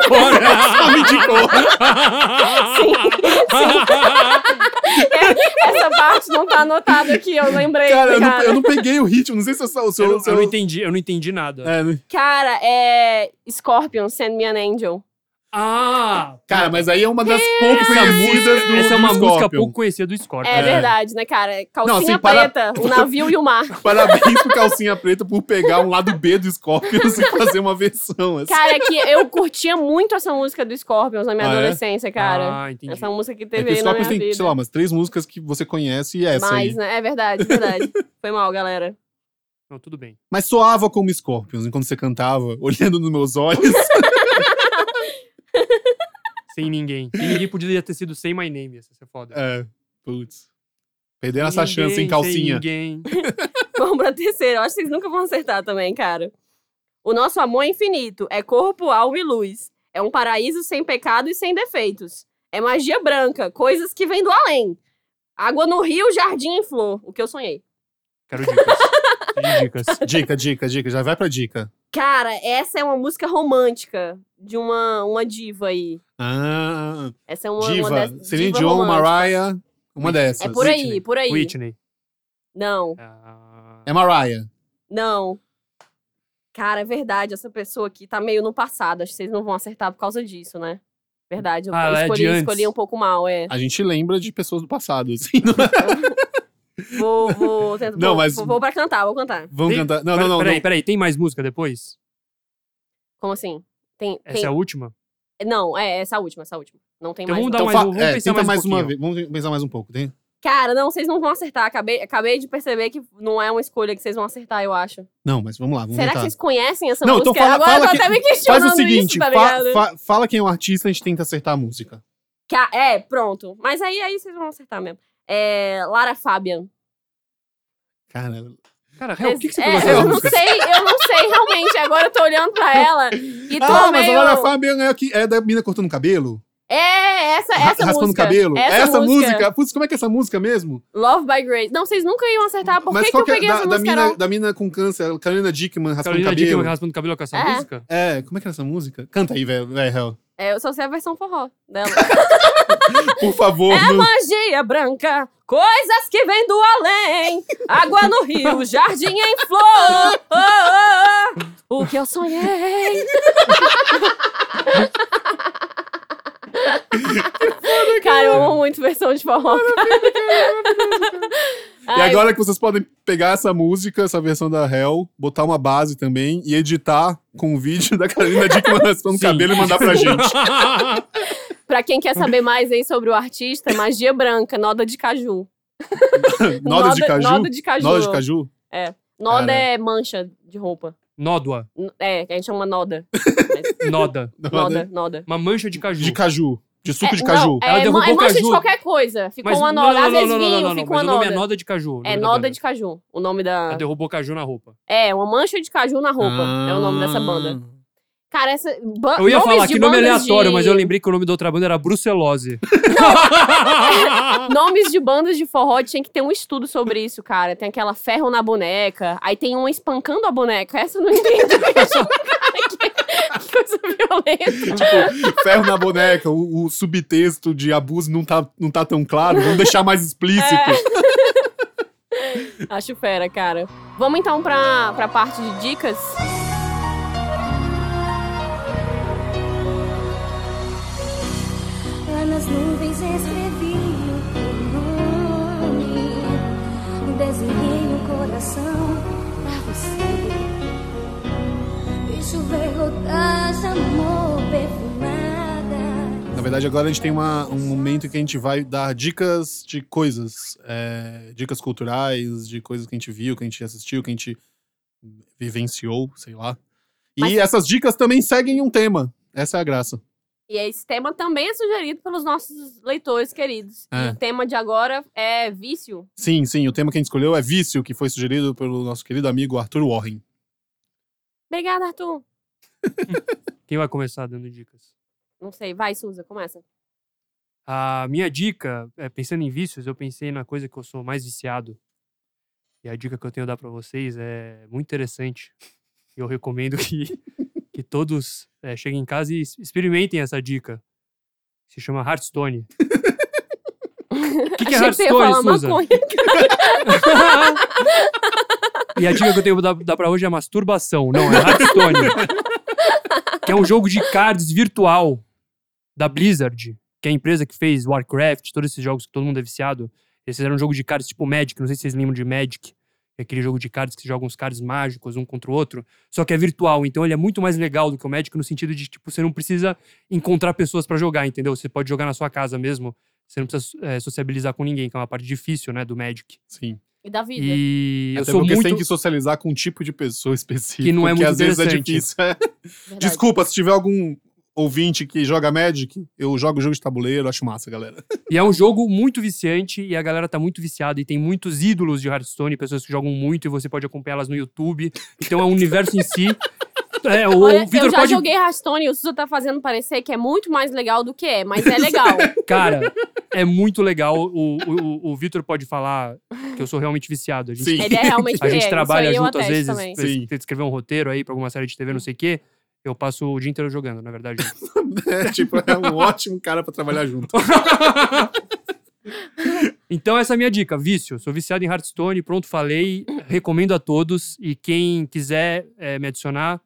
cor.
Sabe de cor.
Essa parte não tá anotada aqui, eu lembrei.
Cara, eu
cara.
não, eu não peguei o ritmo. Não sei se eu sou. Se
Eu,
eu,
não-
se
eu
eu-
não entendi, eu não entendi nada.
É, não-
Cara, é. Scorpion, Send Me an Angel.
Ah!
cara, mas aí é uma das poucas
Essa
conhecidas do.
Essa é uma
do
música
Scorpion.
pouco conhecida do Scorpion.
É, verdade, né, cara? Calcinha
assim, para-
preta, o navio e o mar.
Parabéns pro Calcinha Preta por pegar um lado B do Scorpions e fazer uma versão. Assim.
Cara, é que eu curtia muito essa música do Scorpions na minha
Ah, é?
adolescência, cara.
Ah, entendi.
essa música que
É
teve
que o
aí na minha
Scorpions tem,
vida.
sei lá, umas três músicas que você conhece e essa
Mais,
aí.
né? É verdade, verdade. Foi mal, galera.
Não, tudo bem.
Mas soava como Scorpions enquanto você cantava, olhando nos meus olhos.
Sem ninguém. Sem ninguém poderia ter sido sem my name, essa é foda.
é, putz. Perdendo essa é
Ninguém,
chance, hein,
Sem
calcinha.
ninguém.
Vamos pra terceira. Eu acho que vocês nunca vão acertar também, cara. O nosso amor é infinito é corpo, alma e luz. É um paraíso sem pecado e sem defeitos. É magia branca, coisas que vêm do além. Água no rio, jardim em flor. O que eu sonhei.
Quero dicas. Quero dicas.
Dica, dica, dica. Já vai pra dica.
Cara, essa é uma música romântica de uma, uma diva aí.
Ah,
Essa é uma, uma
diva.
dessas-
Celine
diva
Dion,
romântica.
Mariah. Uma dessas.
É por aí,
Whitney.
por aí.
Whitney.
Não,
Ah,
É Mariah.
não. Cara, é verdade, essa pessoa aqui tá meio no passado. Acho que vocês não vão acertar por causa disso, né? Verdade, eu,
Ah,
eu
ela é
escolhi,
de antes.
escolhi um pouco mal, é.
A gente lembra de pessoas do passado, assim. não-
Vou, vou, tentar,
Não,
vou,
mas-
vou, vou pra cantar, vou cantar.
Vamos
Tem-
cantar. Não, não, não.
Peraí,
não.
peraí. Tem mais música depois?
Como assim? Tem,
Essa
tem...
é a última?
Não, é essa última, essa última. Não tem
Então
mais.
vamos dar
não.
uma-
fa-
vamos
é,
pensar
tenta
mais um
mais uma
pouquinho.
vez. Vamos pensar mais um pouco. Tem?
Cara, não, vocês não vão acertar. Acabei, acabei de perceber que não é uma escolha que vocês vão acertar, eu acho.
Não, mas vamos lá. Vamos
Será
tentar.
que vocês conhecem essa
Não,
música?
então fala-
Agora
fala
eu tô
que-
até me questionando
Faz o seguinte,
isso, tá
fa-
ligado?
fa- fala quem é o artista, a gente tenta acertar a música.
Ca- É, pronto. Mas aí, aí vocês vão acertar mesmo. É, Lara Fabian.
Cara,
Cara, Hel, o que, que você
É,
pegou
essa
eu
essas
não
músicas?
sei, eu não sei realmente. Agora eu tô olhando pra ela e tô
ah, mas
meio...
agora a Fabian é, aqui, é da mina cortando cabelo?
É, essa,
ra-
essa
raspando
música.
cabelo? É música. Putz, como é que é essa música mesmo?
Love by Grace. Não, vocês nunca iam acertar. Por que, que eu
é
peguei
da,
essa
da
música,
mina,
não?
da mina com câncer, Carolina Dickman raspando
Carolina
cabelo?
Dickman raspando o cabelo com essa
É.
música?
É, como é que era essa música? Canta aí, velho, velho. Hel.
É, eu só sei a versão forró dela.
Por favor,
É
não-
magia branca, coisas que vêm do além. Água no rio, jardim em flor. O que eu sonhei. Cara, eu amo muito versão de forró.
E
Ai,
agora que vocês podem pegar essa música, essa versão da Hell, botar uma base também e editar com o vídeo da Carolina Dickman raspando o
Sim.
cabelo e mandar pra gente.
Pra quem quer saber mais aí sobre o artista, magia branca, noda de caju.
Noda, de caju?
Noda de caju.
Noda de caju? Ah, né?
Noda
Cara.
é mancha de roupa.
Nódoa.
N- É, que a gente chama noda. Mas-
Noda.
noda, noda.
Uma mancha de caju.
De caju. De suco
É,
de caju.
Não, é,
Ela
ma-
derrubou
é mancha
caju.
de qualquer coisa. Ficou uma
não,
noda.
não,
Às
não,
vezes
não, não,
vinho,
não, não,
ficou
mas
uma
o nome é
noda.
Noda de Caju. o nome
É
da
noda
banda.
de caju. O nome da.
Ela derrubou caju na roupa.
É, uma mancha de caju na roupa. É o nome dessa banda. Cara, essa. ba-
Ah. Eu ia
nomes
falar
de
que nome
bandas
aleatório,
de-
mas eu lembrei que o nome da outra banda era Brucelose.
Nomes de bandas de forró tinha que ter um estudo sobre isso, cara. Tem aquela ferro na boneca, aí tem uma espancando a boneca. Essa eu não entendi. mesmo, cara, que, que coisa violenta.
Tipo, ferro na boneca, o, o subtexto de abuso não tá, não tá tão claro, vamos deixar
É.
mais explícito.
Acho fera, cara. Vamos então pra, pra parte de dicas.
Lá nas nuvens escrevi o teu nome Desenhei o coração pra você Vi chover gotas de amor perfumadas
Na verdade, agora a gente tem uma- um momento que a gente vai dar dicas de coisas, é, dicas culturais, de coisas que a gente viu, que a gente assistiu, que a gente vivenciou, sei lá. E
Mas-
essas dicas também seguem um tema. Essa é a graça.
E esse tema também é sugerido pelos nossos leitores queridos.
É.
E o tema de agora é vício.
Sim, sim, o tema que a gente escolheu é vício, que foi sugerido pelo nosso querido amigo Arthur Warren.
Obrigada, Arthur.
Quem vai começar dando dicas?
Não sei, vai, Suza, começa.
A minha dica, é, pensando em vícios, eu pensei na coisa que eu sou mais viciado. E a dica que eu tenho a dar pra vocês é muito interessante. Eu recomendo que, que todos é, cheguem em casa e es- experimentem essa dica. Se chama Hearthstone. O que, que é
Achei que você ia falar
Hearthstone, Suza?
maconha.
e a dica que eu tenho pra dar- dar pra hoje é masturbação. Não, é Hearthstone. que é um jogo de cards virtual da Blizzard, que é a empresa que fez Warcraft, todos esses jogos que todo mundo é viciado. Eles fizeram um jogo de cards tipo Magic, não sei se vocês lembram de Magic. É aquele jogo de cards que se jogam uns cards mágicos um contra o outro. Só que é virtual, então ele é muito mais legal do que o Magic no sentido de, tipo, você não precisa encontrar pessoas pra jogar, entendeu? Você pode jogar na sua casa mesmo. Você não precisa eh, sociabilizar com ninguém, que é uma parte difícil, né, do Magic.
Sim.
E É da vida.
E eu
Até
sou
porque você tem
muito...
que socializar com um tipo de pessoa específica.
Que não é muito
às vezes é
interessante.
difícil.
Verdade.
Desculpa, se tiver algum ouvinte que joga Magic, eu jogo jogo de tabuleiro, acho massa, galera.
E é um jogo muito viciante e a galera tá muito viciada e tem muitos ídolos de Hearthstone, pessoas que jogam muito e você pode acompanhá-las no YouTube. Então é um universo em si. É, o
Olha, eu
Vitor
já
pode.
joguei Rastone e o Suza tá fazendo parecer que é muito mais legal do que é, mas é legal.
Cara, é muito legal. O, o, o- o Vitor pode falar que eu sou realmente viciado. A gente,
Sim.
Ele é realmente
a gente
é,
trabalha
isso aí eu
junto às
atesto
vezes.
também.
pra es-
Sim.
pra escrever um roteiro aí pra alguma série de TV, não sei o quê. Eu passo o dia inteiro jogando, na verdade.
É, tipo, é um ótimo cara pra trabalhar junto.
Então, essa é a minha dica. Vício. Sou viciado em Hearthstone, pronto, falei. Recomendo a todos. E quem quiser eh, me adicionar.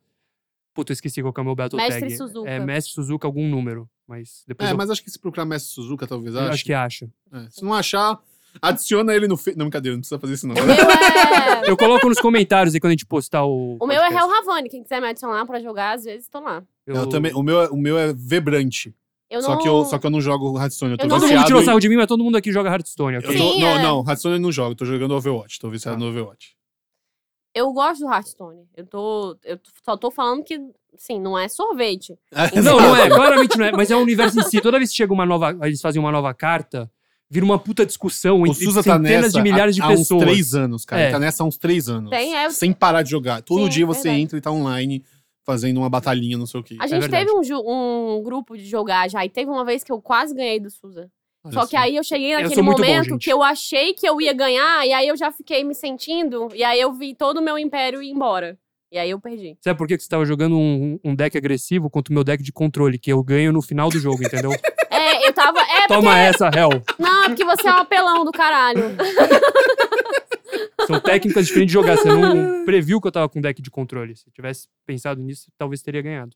Puta, eu esqueci qual que é o meu Battle
Mestre
Tag.
Suzuka.
É Mestre Suzuka, algum número. Mas depois
É,
eu,
mas acho que se procurar Mestre Suzuka, talvez
eu
ache.
acho que acho.
É, Se não achar, adiciona ele no... Fe... Não, brincadeira, não precisa fazer isso não.
O meu é-
Eu coloco nos comentários aí quando a gente postar o.
O meu é Hell
podcast.
Ravani. Quem quiser me adicionar pra jogar, às vezes tô lá.
Eu também, o, meu é, o meu é Vebrante.
Eu
Só,
não...
que eu, só que eu não jogo Hearthstone, eu tô
Eu não-
Todo mundo
viciado
tirou
em-
sarro de mim, mas todo mundo aqui joga Hearthstone.
Eu
ok?
tô-
Sim,
não,
é.
não, Hearthstone eu não jogo, eu tô jogando Overwatch, tô viciado
Ah.
no Overwatch.
Eu gosto do Hearthstone. Eu, tô... eu t- só tô falando que, sim, não é sorvete.
Não, não é, claramente não é, mas é o universo em si. Toda vez que chega uma nova. Eles fazem uma nova carta, vira uma puta discussão
O
entre
Suza tá
centenas
nessa
de
há,
milhares de
há
pessoas.
uns três anos, cara.
É.
Ele tá nessa há uns três anos.
Tem, é.
Sem parar de jogar. Todo
Sim,
dia você
verdade.
entra e tá online fazendo uma batalhinha, não sei o quê.
A gente
É verdade.
teve um, ju- um grupo de jogar já, e teve uma vez que eu quase ganhei do Suza.
Olha
Só que aí eu cheguei
Eu
naquele
sou muito bom,
momento
gente.
que eu achei que eu ia ganhar, e aí eu já fiquei me sentindo, e aí eu vi todo o meu império ir embora. E E aí eu perdi.
Sabe por que que você tava jogando um, um deck agressivo contra o meu deck de controle, que eu ganho no final do jogo, entendeu?
É, eu tava. É, porque.
Toma essa, Hell.
Não, é porque você é um apelão do caralho.
São técnicas diferentes de jogar. Você não previu que eu tava com um deck de controle. Se eu tivesse pensado nisso, talvez teria ganhado.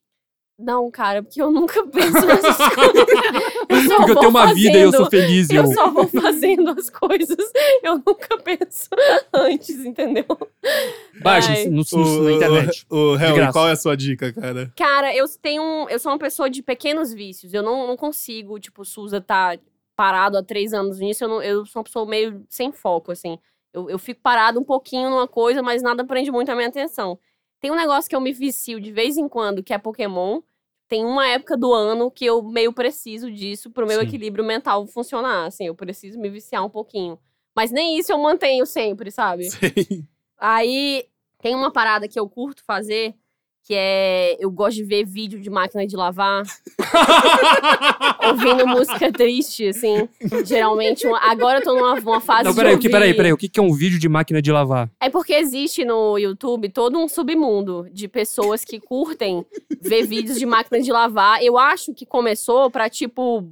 Não, cara, porque eu nunca penso nessas coisas. Eu só
Porque eu
vou
tenho uma vida e eu sou
fazendo.
feliz. e
Eu
Eu...
só vou fazendo as coisas. Eu nunca penso antes, entendeu?
Baixa
Ai.
no, no- na internet.
O, o, Hel,
De graça.
qual é a sua dica, cara?
Cara, eu tenho. um- Eu sou uma pessoa de pequenos vícios. Eu não, não consigo, tipo, Suza tá parado há três anos nisso. Eu, não- eu sou uma pessoa meio sem foco, assim. Eu, eu fico parado um pouquinho numa coisa, mas nada prende muito a minha atenção. Tem um negócio que eu me vicio de vez em quando, que é Pokémon. Tem uma época do ano que eu meio preciso disso pro meu
Sim.
equilíbrio mental funcionar, assim. Eu preciso me viciar um pouquinho. Mas nem isso eu mantenho sempre, sabe?
Sei.
Aí tem uma parada que eu curto fazer, que é eu gosto de ver vídeo de máquina de lavar, ouvindo música triste, assim. Geralmente, uma- agora eu tô numa, uma fase
Não,
de
peraí, o que,
ouvir-
peraí, peraí. O que que é um vídeo de máquina de lavar?
É porque existe no YouTube todo um submundo de pessoas que curtem ver vídeos de máquina de lavar. Eu acho que começou pra, tipo,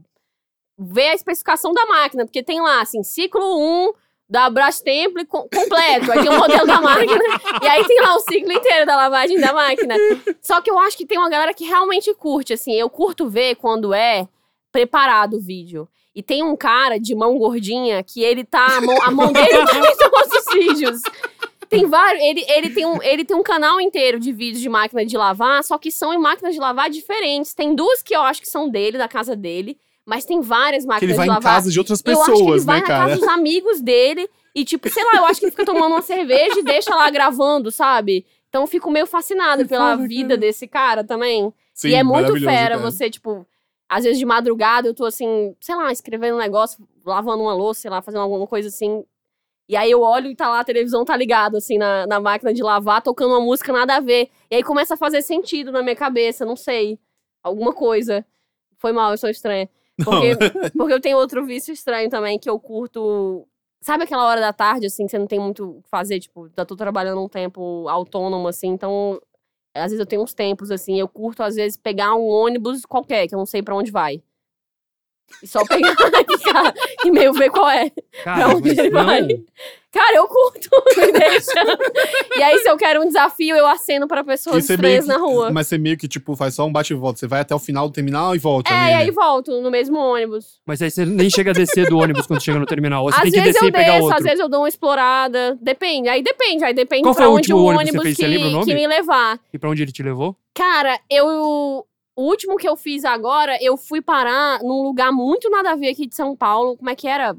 ver a especificação da máquina, porque tem lá, assim, ciclo 1 da Brastemp co- completo. Aí tem o modelo da máquina. E aí tem lá o ciclo inteiro da lavagem da máquina. Só que eu acho que tem uma galera que realmente curte, assim. Eu curto ver quando é preparado o vídeo. E tem um cara de mão gordinha que ele tá. A mão, a mão dele tá em todos os vídeos. Tem vários. Ele, ele, tem um, ele tem um canal inteiro de vídeos de máquina de lavar, só que são em máquinas de lavar diferentes. Tem duas que eu acho que são dele, da casa dele, mas tem várias
Que
máquinas
ele vai
de
em
lavar.
casa de outras
Eu acho que ele
pessoas,
vai
né,
na
cara?
casa dos amigos dele e, tipo, sei lá, eu acho que ele fica tomando uma cerveja e deixa lá gravando, sabe? Então eu fico meio fascinada pela vida desse cara também.
Sim,
e é muito
maravilhoso,
fera
cara.
você, tipo, às vezes de madrugada eu tô assim, sei lá, escrevendo um negócio, lavando uma louça, sei lá, fazendo alguma coisa assim. E aí eu olho e tá lá, a televisão tá ligada, assim, na, na máquina de lavar, tocando uma música nada a ver. E aí começa a fazer sentido na minha cabeça, não sei. Alguma coisa. Foi mal, eu sou estranha. Porque, porque eu tenho outro vício estranho também, que eu curto. Sabe aquela hora da tarde, assim, que você não tem muito o que fazer? Tipo, já tô trabalhando um tempo autônomo, assim, então. Às vezes eu tenho uns tempos, assim, eu curto, às vezes, pegar um ônibus qualquer, que eu não sei pra onde vai. E só pegar e ficar, e meio ver qual é.
Cara,
Pra onde
mas
ele
não.
vai? Cara, eu curto, me deixa. E aí, se eu quero um desafio, eu aceno pra pessoas
Isso é
estranhas
meio
na rua.
Mas você meio que, tipo, faz só um bate e volta. Você vai até o final do terminal e volta.
É,
nele.
e
né?
aí volto no mesmo ônibus.
Mas aí você nem chega a descer do ônibus quando chega no terminal. Ou Você
às
tem que
vezes
descer
eu
e pegar
desço,
outro.
às vezes eu dou uma explorada. Depende, aí depende, aí depende
Qual foi
pra
o
onde
último
o
ônibus que
ônibus
você fez? Você
que-
lembra o nome?
que me levar.
E pra onde ele te levou?
Cara, eu. O último que eu fiz agora, eu fui parar num lugar muito nada a ver aqui de São Paulo. Como é que era?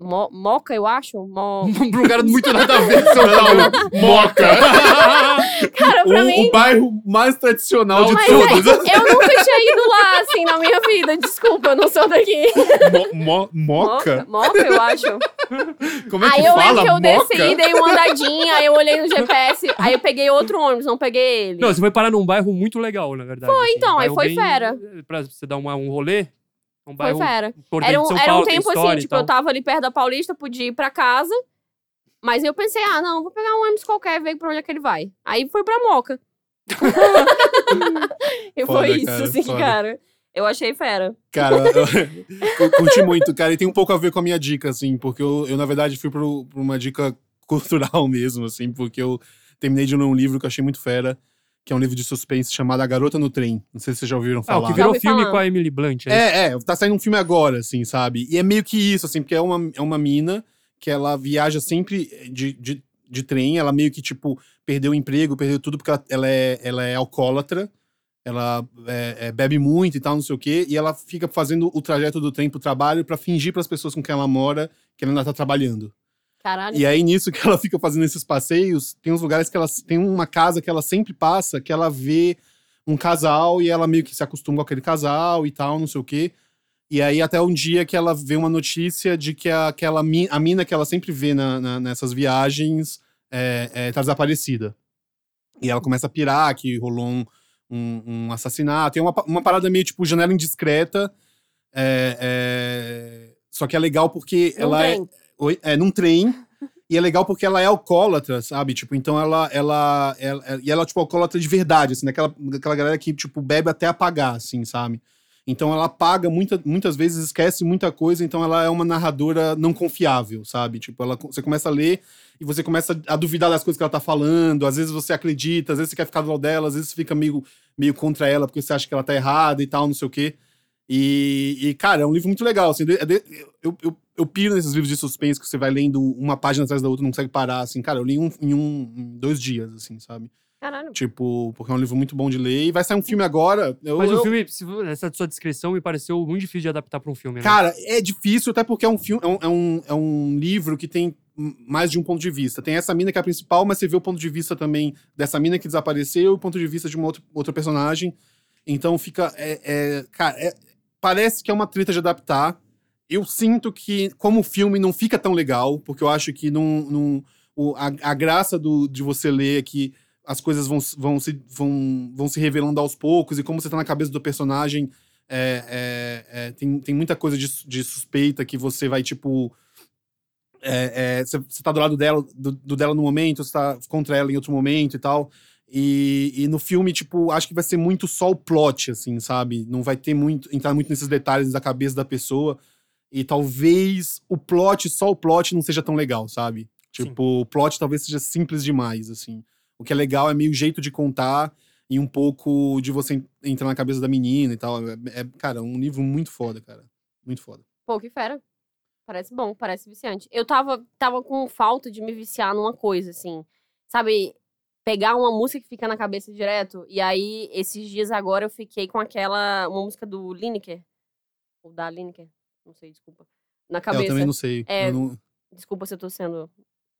Mo- Moca, eu acho? Mo...
Pra um lugar muito nada a ver, São Paulo. Moca!
Cara, pra mim.
O, o bairro mais tradicional de
Mas
todos.
é, eu nunca tinha ido lá, assim, na minha vida. Desculpa, eu não sou daqui.
Mo- mo- moca?
Moca, eu acho.
Como é que
aí eu
fala?
lembro que eu
moca?
desci, dei uma andadinha, aí eu olhei no GPS, aí eu peguei outro ônibus, não peguei ele.
Não, você foi parar num bairro muito legal, na verdade. Foi,
então, aí foi fera.
Pra você dar uma- um rolê. Um
Foi
bairro
fera.
importante
Era
de
um,
São
era
Paulo,
um tempo
tem história
assim,
e
tipo, eu
tal.
tava ali perto da Paulista, podia ir pra casa. Mas eu pensei, ah, não, vou pegar um ônibus qualquer e ver pra onde é que ele vai. Aí fui pra Moca. e
Foda,
foi isso,
cara,
assim,
foda.
cara. Eu achei fera.
Cara, eu, eu curti muito, cara. E tem um pouco a ver com a minha dica, assim, porque eu, eu, na verdade, fui pro- pra uma dica cultural mesmo, assim, porque eu terminei de ler um livro que eu achei muito fera, que é um livro de suspense chamado A Garota no Trem. Não sei se vocês já ouviram
Ah,
falar.
o que
Já
virou
ouvi
filme
falar.
com a Emily Blunt.
né?
É, isso?
É, é, tá saindo um filme agora, assim, sabe? E é meio que isso, assim, porque é uma, é uma mina que ela viaja sempre de, de, de trem, ela meio que, tipo, perdeu o emprego, perdeu tudo, porque ela, ela é, ela é alcoólatra, ela é, é, bebe muito e tal, não sei o quê, e ela fica fazendo o trajeto do trem pro trabalho pra fingir pras pessoas com quem ela mora que ela ainda tá trabalhando.
Caralho.
E aí, nisso que ela fica fazendo esses passeios, tem uns lugares que ela. Tem uma casa que ela sempre passa, que ela vê um casal e ela meio que se acostuma com aquele casal e tal, não sei o quê. E aí, até um dia que ela vê uma notícia de que a- aquela mi- a mina que ela sempre vê na- na- nessas viagens é, é, tá desaparecida. E ela começa a pirar que rolou um, um, um assassinato. Tem uma, pa- uma parada meio tipo janela indiscreta. É, é, Só que é legal porque
Não
ela é.
tem.
Oi? É num trem. E é legal porque ela é alcoólatra, sabe? Tipo, então ela. ela, ela, e ela, tipo, alcoólatra de verdade, assim, daquela, daquela galera que, tipo, bebe até apagar, assim, sabe? Então ela apaga muita, muitas vezes, esquece muita coisa, então ela é uma narradora não confiável, sabe? Tipo, ela, você começa a ler e você começa a duvidar das coisas que ela tá falando, às vezes você acredita, às vezes você quer ficar do lado dela, às vezes você fica meio, meio contra ela porque você acha que ela tá errada e tal, não sei o quê. E, e, cara, é um livro muito legal. Assim, é de- eu, eu, eu piro nesses livros de suspense que você vai lendo uma página atrás da outra, não consegue parar. Assim, cara, eu li um, em um, em dois dias, assim, sabe?
Caralho.
Tipo, porque é um livro muito bom de ler. E vai sair um filme agora. Eu,
Mas
eu-
o filme, se vo- essa sua descrição me pareceu muito difícil de adaptar pra um filme. né?
Cara, é difícil, até porque é um filme, é um, é um, é um livro que tem hum, mais de um ponto de vista. Tem essa mina que é a principal, mas você vê o ponto de vista também dessa mina que desapareceu, o ponto de vista de uma outra, outra personagem. Então fica. é- é, cara, é- parece que é uma treta de adaptar. Eu sinto que, como filme, não fica tão legal, porque eu acho que não. não- o- a, a graça do- de você ler é que as coisas vão, s- vão, se, vão, vão se revelando aos poucos, e como você tá na cabeça do personagem, é, é, é, tem, tem muita coisa de, su- de suspeita que você vai, tipo. é, é, Você você tá do lado dela, do, do dela no momento, você tá contra ela em outro momento e tal. E, e no filme, tipo, acho que vai ser muito só o plot, assim, sabe? Não vai ter muito. entrar muito nesses detalhes da cabeça da pessoa. E talvez o plot, só o plot, não seja tão legal, sabe?
Sim.
Tipo, o plot talvez seja simples demais, assim. O que é legal é meio o jeito de contar e um pouco de você en- entrar na cabeça da menina e tal. É, é, cara, um livro muito foda, cara. Muito foda.
Pô, que fera. Parece bom, parece viciante. Eu tava, tava com falta de me viciar numa coisa, assim. Sabe, pegar uma música que fica na cabeça direto. E aí, esses dias agora, eu fiquei com aquela. Uma música do Lineker. Ou da Lineker. Não sei, desculpa. Na
É, Eu
cabeça.
também não sei.
É,
eu não-
Desculpa se eu tô sendo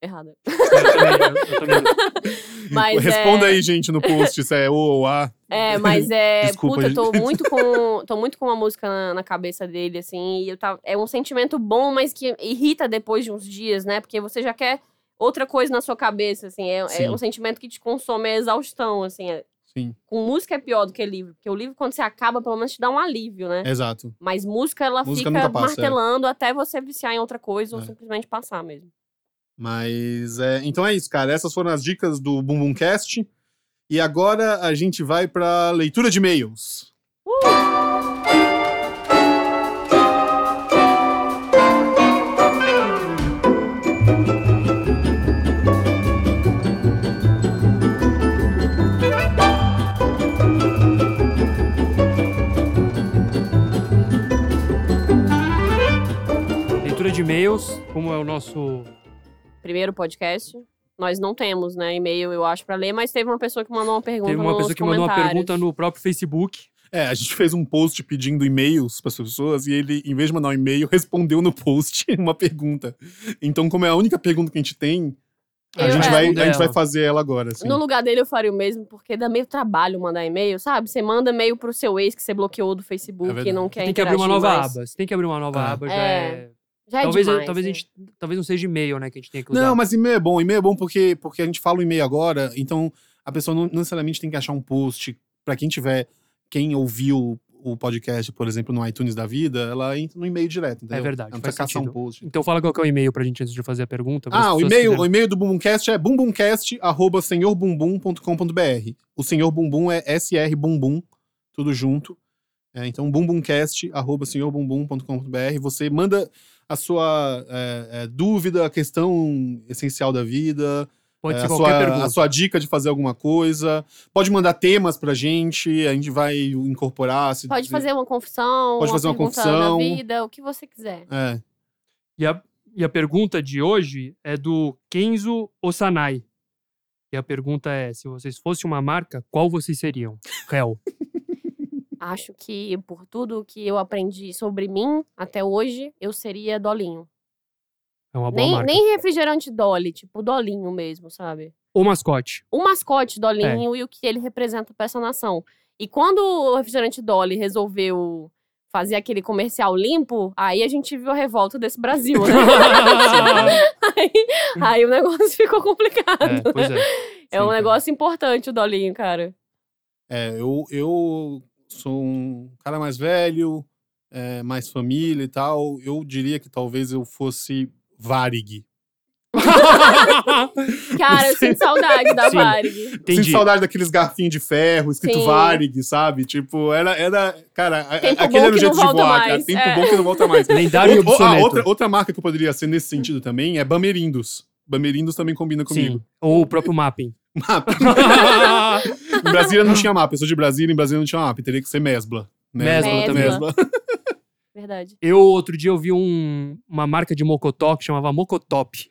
errada.
Eu também- eu- eu também-
Mas
Responda
é-
aí, gente, no post se é o ou A.
É, mas é.
Desculpa,
puta, eu tô
gente.
muito com. Tô muito com uma música na, na cabeça dele, assim. E eu tava, é um sentimento bom, mas que irrita depois de uns dias, né? Porque você já quer outra coisa na sua cabeça, assim. É, é
Sim.
um sentimento que te consome, é exaustão, assim. é-
Sim,
com música é pior do que livro. Porque o livro, quando você acaba, pelo menos te dá um alívio, né?
exato.
Mas música, ela
É. Música
fica
nunca passa, é.
martelando até você viciar em outra coisa ou
É.
simplesmente passar mesmo.
Mas é, então é isso, cara. Essas foram as dicas do Bumbumcast. E agora a gente vai pra leitura de e-mails.
Leitura de e-mails, como é o nosso.
Primeiro podcast. Nós não temos, né? E-mail, eu acho, pra ler, mas teve uma pessoa que mandou uma pergunta.
Teve uma
nos
pessoa que mandou uma pergunta
comentários.
no próprio Facebook.
É, a gente fez um post pedindo e-mails pras pessoas e ele, em vez de mandar um e-mail, respondeu no post uma pergunta. Então, como é a única pergunta que a gente tem, a,
Eu-
gente,
é.
vai, a
Responda
gente vai
ela.
fazer ela agora. Assim.
No lugar dele eu faria o mesmo, porque dá meio trabalho mandar e-mail, sabe? Você manda e-mail pro seu ex que você bloqueou do
É
Facebook
verdade.
e não quer
tem que abrir uma
interagir
nova
mais.
aba. Você tem que abrir uma nova
Ah.
aba, já
É.
é.
Já é
talvez,
demais,
talvez, a
né?
gente, talvez não seja e-mail, né, que a gente tem que usar.
Não, mas e-mail é bom. E-mail é bom porque, porque a gente fala o e-mail agora, então a pessoa não não necessariamente tem que achar um post. Pra quem tiver, quem ouviu o podcast, por exemplo, no iTunes da vida, ela entra no e-mail direto, entendeu?
É verdade,
Ela não
faz
precisa caçar um
sentido.
post.
Então fala qual que é o e-mail pra gente antes de fazer a pergunta. pra as
Ah, o
pessoas
e-mail,
quiserem.
o e-mail do Bumbumcast é bumbumcast.senhorbumbum.com.br. O Senhor Bumbum é SR Bumbum, tudo junto. É, então, bumbumcast.senhorbumbum.com.br. Você manda a sua é, é, dúvida, a questão essencial da vida,
Pode
É,
ser
a,
qualquer
sua,
pergunta.
a sua dica de fazer alguma coisa. Pode mandar temas pra gente, a gente vai incorporar. se-
Pode
se-
fazer uma confissão,
Pode
uma
fazer uma
pergunta
confissão.
da vida, o que você quiser.
É.
E, a, e a pergunta de hoje é do Kenzo Osanai. E a pergunta é: se vocês fossem uma marca, qual vocês seriam? Hell.
Acho que por tudo que eu aprendi sobre mim até hoje, eu seria dolinho.
É uma boa
Nem,
marca.
nem refrigerante Dolly, tipo dolinho mesmo, sabe?
O mascote.
o mascote Dolinho e o que ele representa pra essa nação. E quando o refrigerante Dolly resolveu fazer aquele comercial limpo, aí a gente viu a revolta desse Brasil, né? aí, aí o negócio ficou complicado.
é, pois é.
É um
Sim,
negócio importante o Dolinho, cara.
É, eu, eu sou um cara mais velho, é, mais família e tal. Eu diria que talvez eu fosse Varig.
Cara, eu sinto saudade da
Sim.
Varig.
Entendi.
Sinto saudade daqueles garfinhos de ferro, escrito
Sim.
Varig, sabe? Tipo, era. era cara, a- a-
Tempo
aquele
bom
era o
que
jeito
não
de
volta
voar, cara.
mais,
Tempo
é.
bom que não volta mais.
Lendário e
Outra- ou- a
obsoleto.
outra, outra marca que poderia ser nesse sentido também é Bamerindos. Bamerindos também combina comigo.
Sim. Ou o próprio mapping.
Mapa. em Brasília não tinha mapa. Eu sou de Brasília, em Brasília não tinha mapa. Teria que ser Mesbla. Né?
Mesbla
também.
Mesbla.
Verdade.
Eu, outro dia, eu vi um- uma marca de mocotó que chamava Mocotop.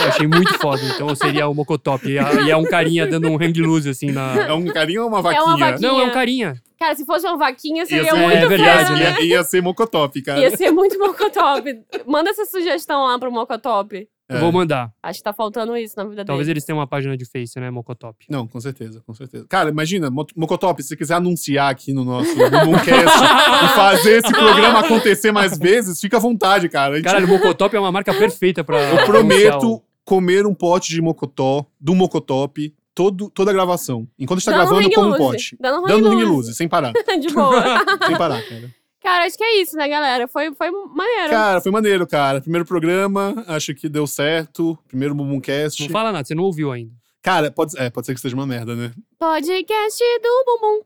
eu achei muito foda. Então eu seria o Mocotop. E é- e é um carinha dando um hang loose, assim, na...
É um carinho ou uma vaquinha?
É uma vaquinha.
Não, é um carinha.
Cara, se fosse uma vaquinha,
Ia
seria
ser- é.
muito
É verdade,
foda,
né?
Ia, ia ser Mocotop, cara.
Ia ser muito Mocotop. Manda essa sugestão lá pro Mocotop.
É.
Eu vou mandar.
Acho que tá faltando isso na vida
Talvez
dele.
eles tenham uma página de Face, né? Mocotop.
Não, com certeza, com certeza. Cara, imagina, Mo- Mocotop, se você quiser anunciar aqui no nosso Mooncast e fazer esse programa acontecer mais vezes, fica à vontade, cara. A gente-
Caralho, o Mocotop é uma marca perfeita pra.
eu
anunciar o-
prometo comer um pote de Mocotó, do Mocotop, todo, toda a gravação. Enquanto a gente tá
Dando
gravando,
ring
eu como um
loose.
pote.
Dando ring
Dando ring
loose.
luz, sem parar.
De boa.
sem parar, cara.
Cara, acho que é isso, né, galera? Foi, foi maneiro.
Cara, foi maneiro, cara. Primeiro programa, acho que deu certo. Primeiro Bumbumcast.
Não fala nada, você não ouviu ainda.
Cara, pode, é, pode ser que seja uma merda, né?
Podcast do Bumbum.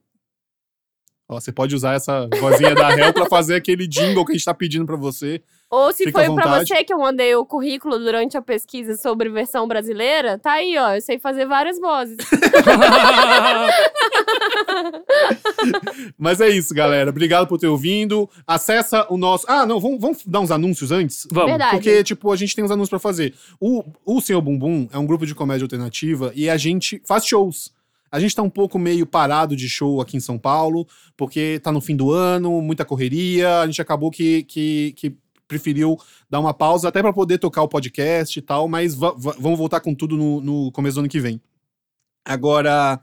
Ó, você pode usar essa vozinha da réu pra fazer aquele jingle que a gente tá pedindo pra você.
Ou se
Fica à
foi pra
vontade.
você que eu mandei o currículo durante a pesquisa sobre versão brasileira, tá aí, ó. Eu sei fazer várias vozes.
Mas é isso, galera. Obrigado por ter ouvindo. Acessa o nosso. Ah, não, vamos, vamos dar uns anúncios antes?
Vamos.
Verdade.
Porque, tipo, a gente tem uns anúncios pra fazer. O, o Senhor Bumbum é um grupo de comédia alternativa e a gente faz shows. A gente tá um pouco meio parado de show aqui em São Paulo, porque tá no fim do ano, muita correria, a gente acabou que, que, que preferiu dar uma pausa até pra poder tocar o podcast e tal, mas va- va- vamos voltar com tudo no, no começo do ano que vem. Agora,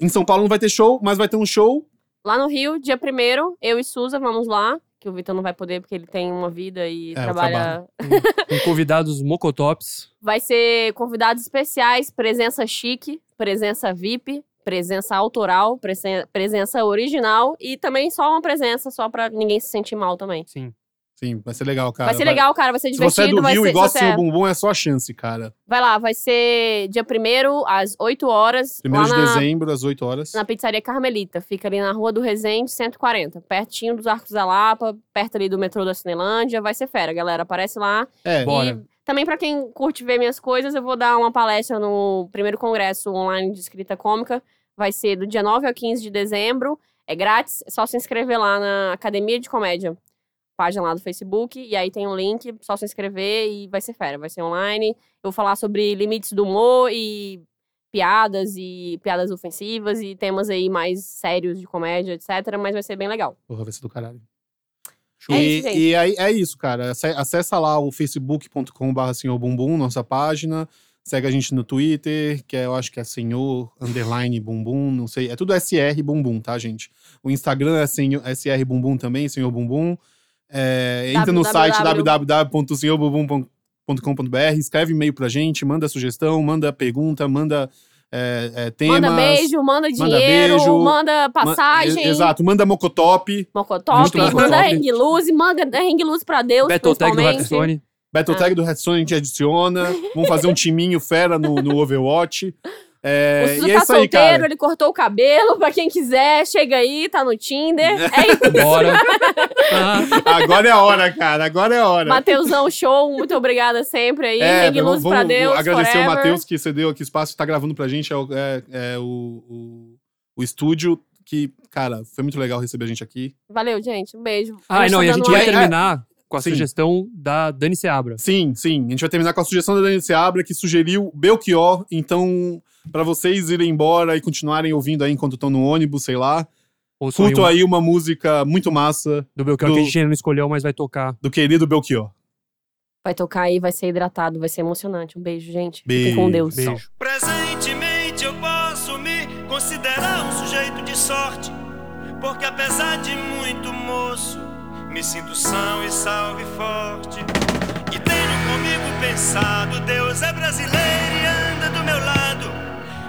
em São Paulo não vai ter show, mas vai ter um show.
Lá no Rio, dia 1 eu e Suza vamos lá. Que o Vitor não vai poder porque ele tem uma vida e
É, eu
trabalha.
trabalho.
Com convidados mocotops.
Vai ser convidados especiais, presença chique, presença VIP, presença autoral, presen- presença original e também só uma presença, só pra ninguém se sentir mal também.
Sim.
Sim, vai ser legal, cara.
vai ser legal, cara, vai ser
Se
divertido.
você é do
vai
Rio
ser,
e gosta
se
do
você é-
Senhor Bumbum, é só a chance, cara.
Vai lá, vai ser dia 1 às 8 horas.
Primeiro
lá
de
na,
dezembro, às 8 horas.
na pizzaria Carmelita. Fica ali na Rua do Resende, 140. Pertinho dos Arcos da Lapa, perto ali do metrô da Cinelândia. Vai ser fera, galera. Aparece lá.
É,
Bora.
E também pra quem curte ver minhas coisas, eu vou dar uma palestra no primeiro congresso online de escrita cômica. Vai ser do dia 9 ao 15 de dezembro. É grátis, é só se inscrever lá na Academia de Comédia. Página lá do Facebook, e aí tem um link, só se inscrever e vai ser fera, vai ser online. Eu vou falar sobre limites do humor e piadas e piadas ofensivas e temas aí mais sérios de comédia, etc. Mas vai ser bem legal.
porra, vai ser do caralho.
É
e,
isso, gente.
e aí, é isso, cara. Ace- Acessa lá o facebook.com.br Senhor Bumbum, nossa página. Segue a gente no Twitter, que é- eu acho que é Senhor Underline Bumbum, não sei. É tudo SR Bumbum, tá, gente? O Instagram é senhor, SR Bumbum também, Senhor Bumbum. É, entra no site www.senhorbumbum.com.br, escreve e-mail pra gente, manda sugestão, manda pergunta, manda é, é, temas.
Manda beijo, manda
manda
dinheiro,
beijo,
manda,
Ma-
passagem.
e- Exato, manda mocotop.
Mocotop,
Muito
manda
Mocotop.
hang loose, manda hang loose pra Deus,
Battletech do
principalmente.
Hatsune.
Ah.
Battletag do Redstone a gente adiciona. Vamos fazer um timinho fera no, no Overwatch.
o
É,
Suzu
e é
tá
isso aí,
solteiro,
cara.
ele cortou o cabelo, pra quem quiser, chega aí, tá no Tinder. É isso,
Bora. Ah,
tá-
Agora é a hora, cara. Agora é a hora.
Mateusão, show, muito obrigada sempre aí,
É,
hang loose pra Deus,
agradecer
forever.
ao Matheus que cedeu aqui espaço e tá gravando pra gente. É, o- é- é o, o, o estúdio que, cara, foi muito legal receber a gente aqui.
Valeu, gente, um beijo.
Ai, Ah, não, e a gente
tá
vai
ar.
terminar com a
Sim.
sugestão da Dani Seabra.
Sim, sim. A gente vai terminar com a sugestão da Dani Seabra, que sugeriu Belchior. Então, pra vocês irem embora e continuarem ouvindo aí enquanto estão no ônibus, sei lá.
Ou sou
Curtam
eu,
aí uma música muito massa
do Belchior, que a
do-
gente ainda não escolheu, mas vai tocar.
do querido Belchior.
Vai tocar aí, vai ser hidratado, vai ser emocionante. Um beijo, gente. Fiquem
Beijo,
com Deus.
Beijo.
Presentemente eu posso me considerar um sujeito de sorte, porque apesar de muito moço, me sinto são e salve forte. E tenho comigo pensado, Deus é brasileiro e anda do meu lado,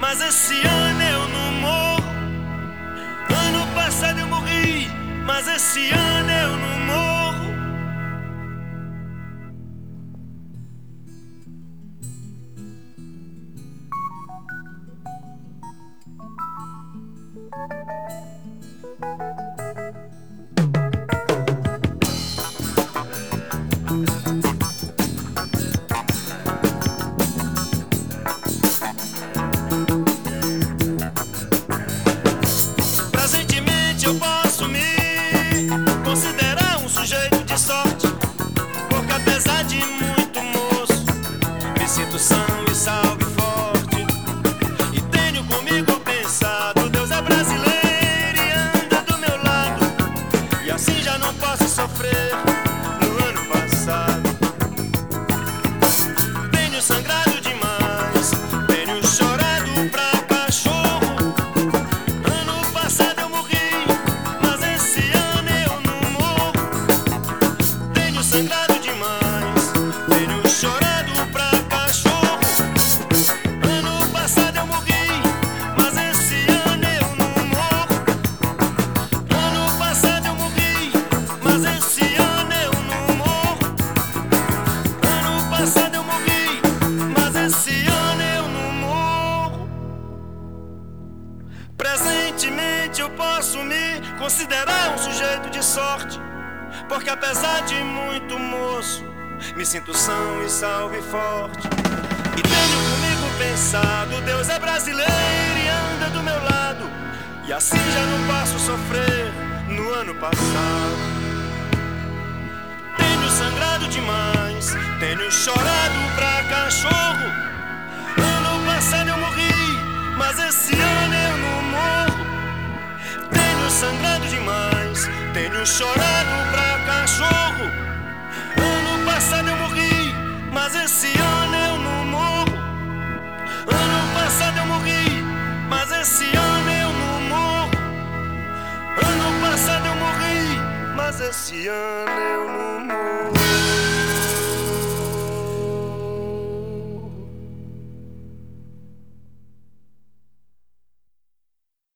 mas esse ano eu não morro. Ano passado eu morri, mas esse ano eu não morro. Presentemente eu posso me considerar um sujeito de sorte, porque apesar de muito moço, me sinto são e salvo e forte. E tenho comigo pensado: Deus é brasileiro e anda do meu lado, e assim já não posso sofrer. No ano passado, tenho sangrado demais, tenho chorado pra cachorro. Ano passado eu morri, mas esse ano eu não morro. Tenho sangrado demais, tenho chorado pra cachorro. Ano passado eu morri, mas esse ano eu não morro. Ano passado eu morri, mas esse ano eu não morro. Ano passado eu morri, mas esse ano eu não morro. Presentemente eu posso me considerar um sujeito de sorte, porque apesar de muito moço, me sinto são e salvo e forte. E tenho comigo pensado, Deus é brasileiro e anda do meu lado, e assim já não posso sofrer no ano passado. Tenho sangrado demais, tenho chorado pra cachorro. Ano passado eu morri, mas esse ano eu não morro. Tenho sangrado demais, tenho chorado pra cachorro. Ano passado eu morri, mas esse ano eu não morro. Ano passado eu morri, mas esse ano eu não morro. Ano passado eu morri, mas esse ano eu não morro.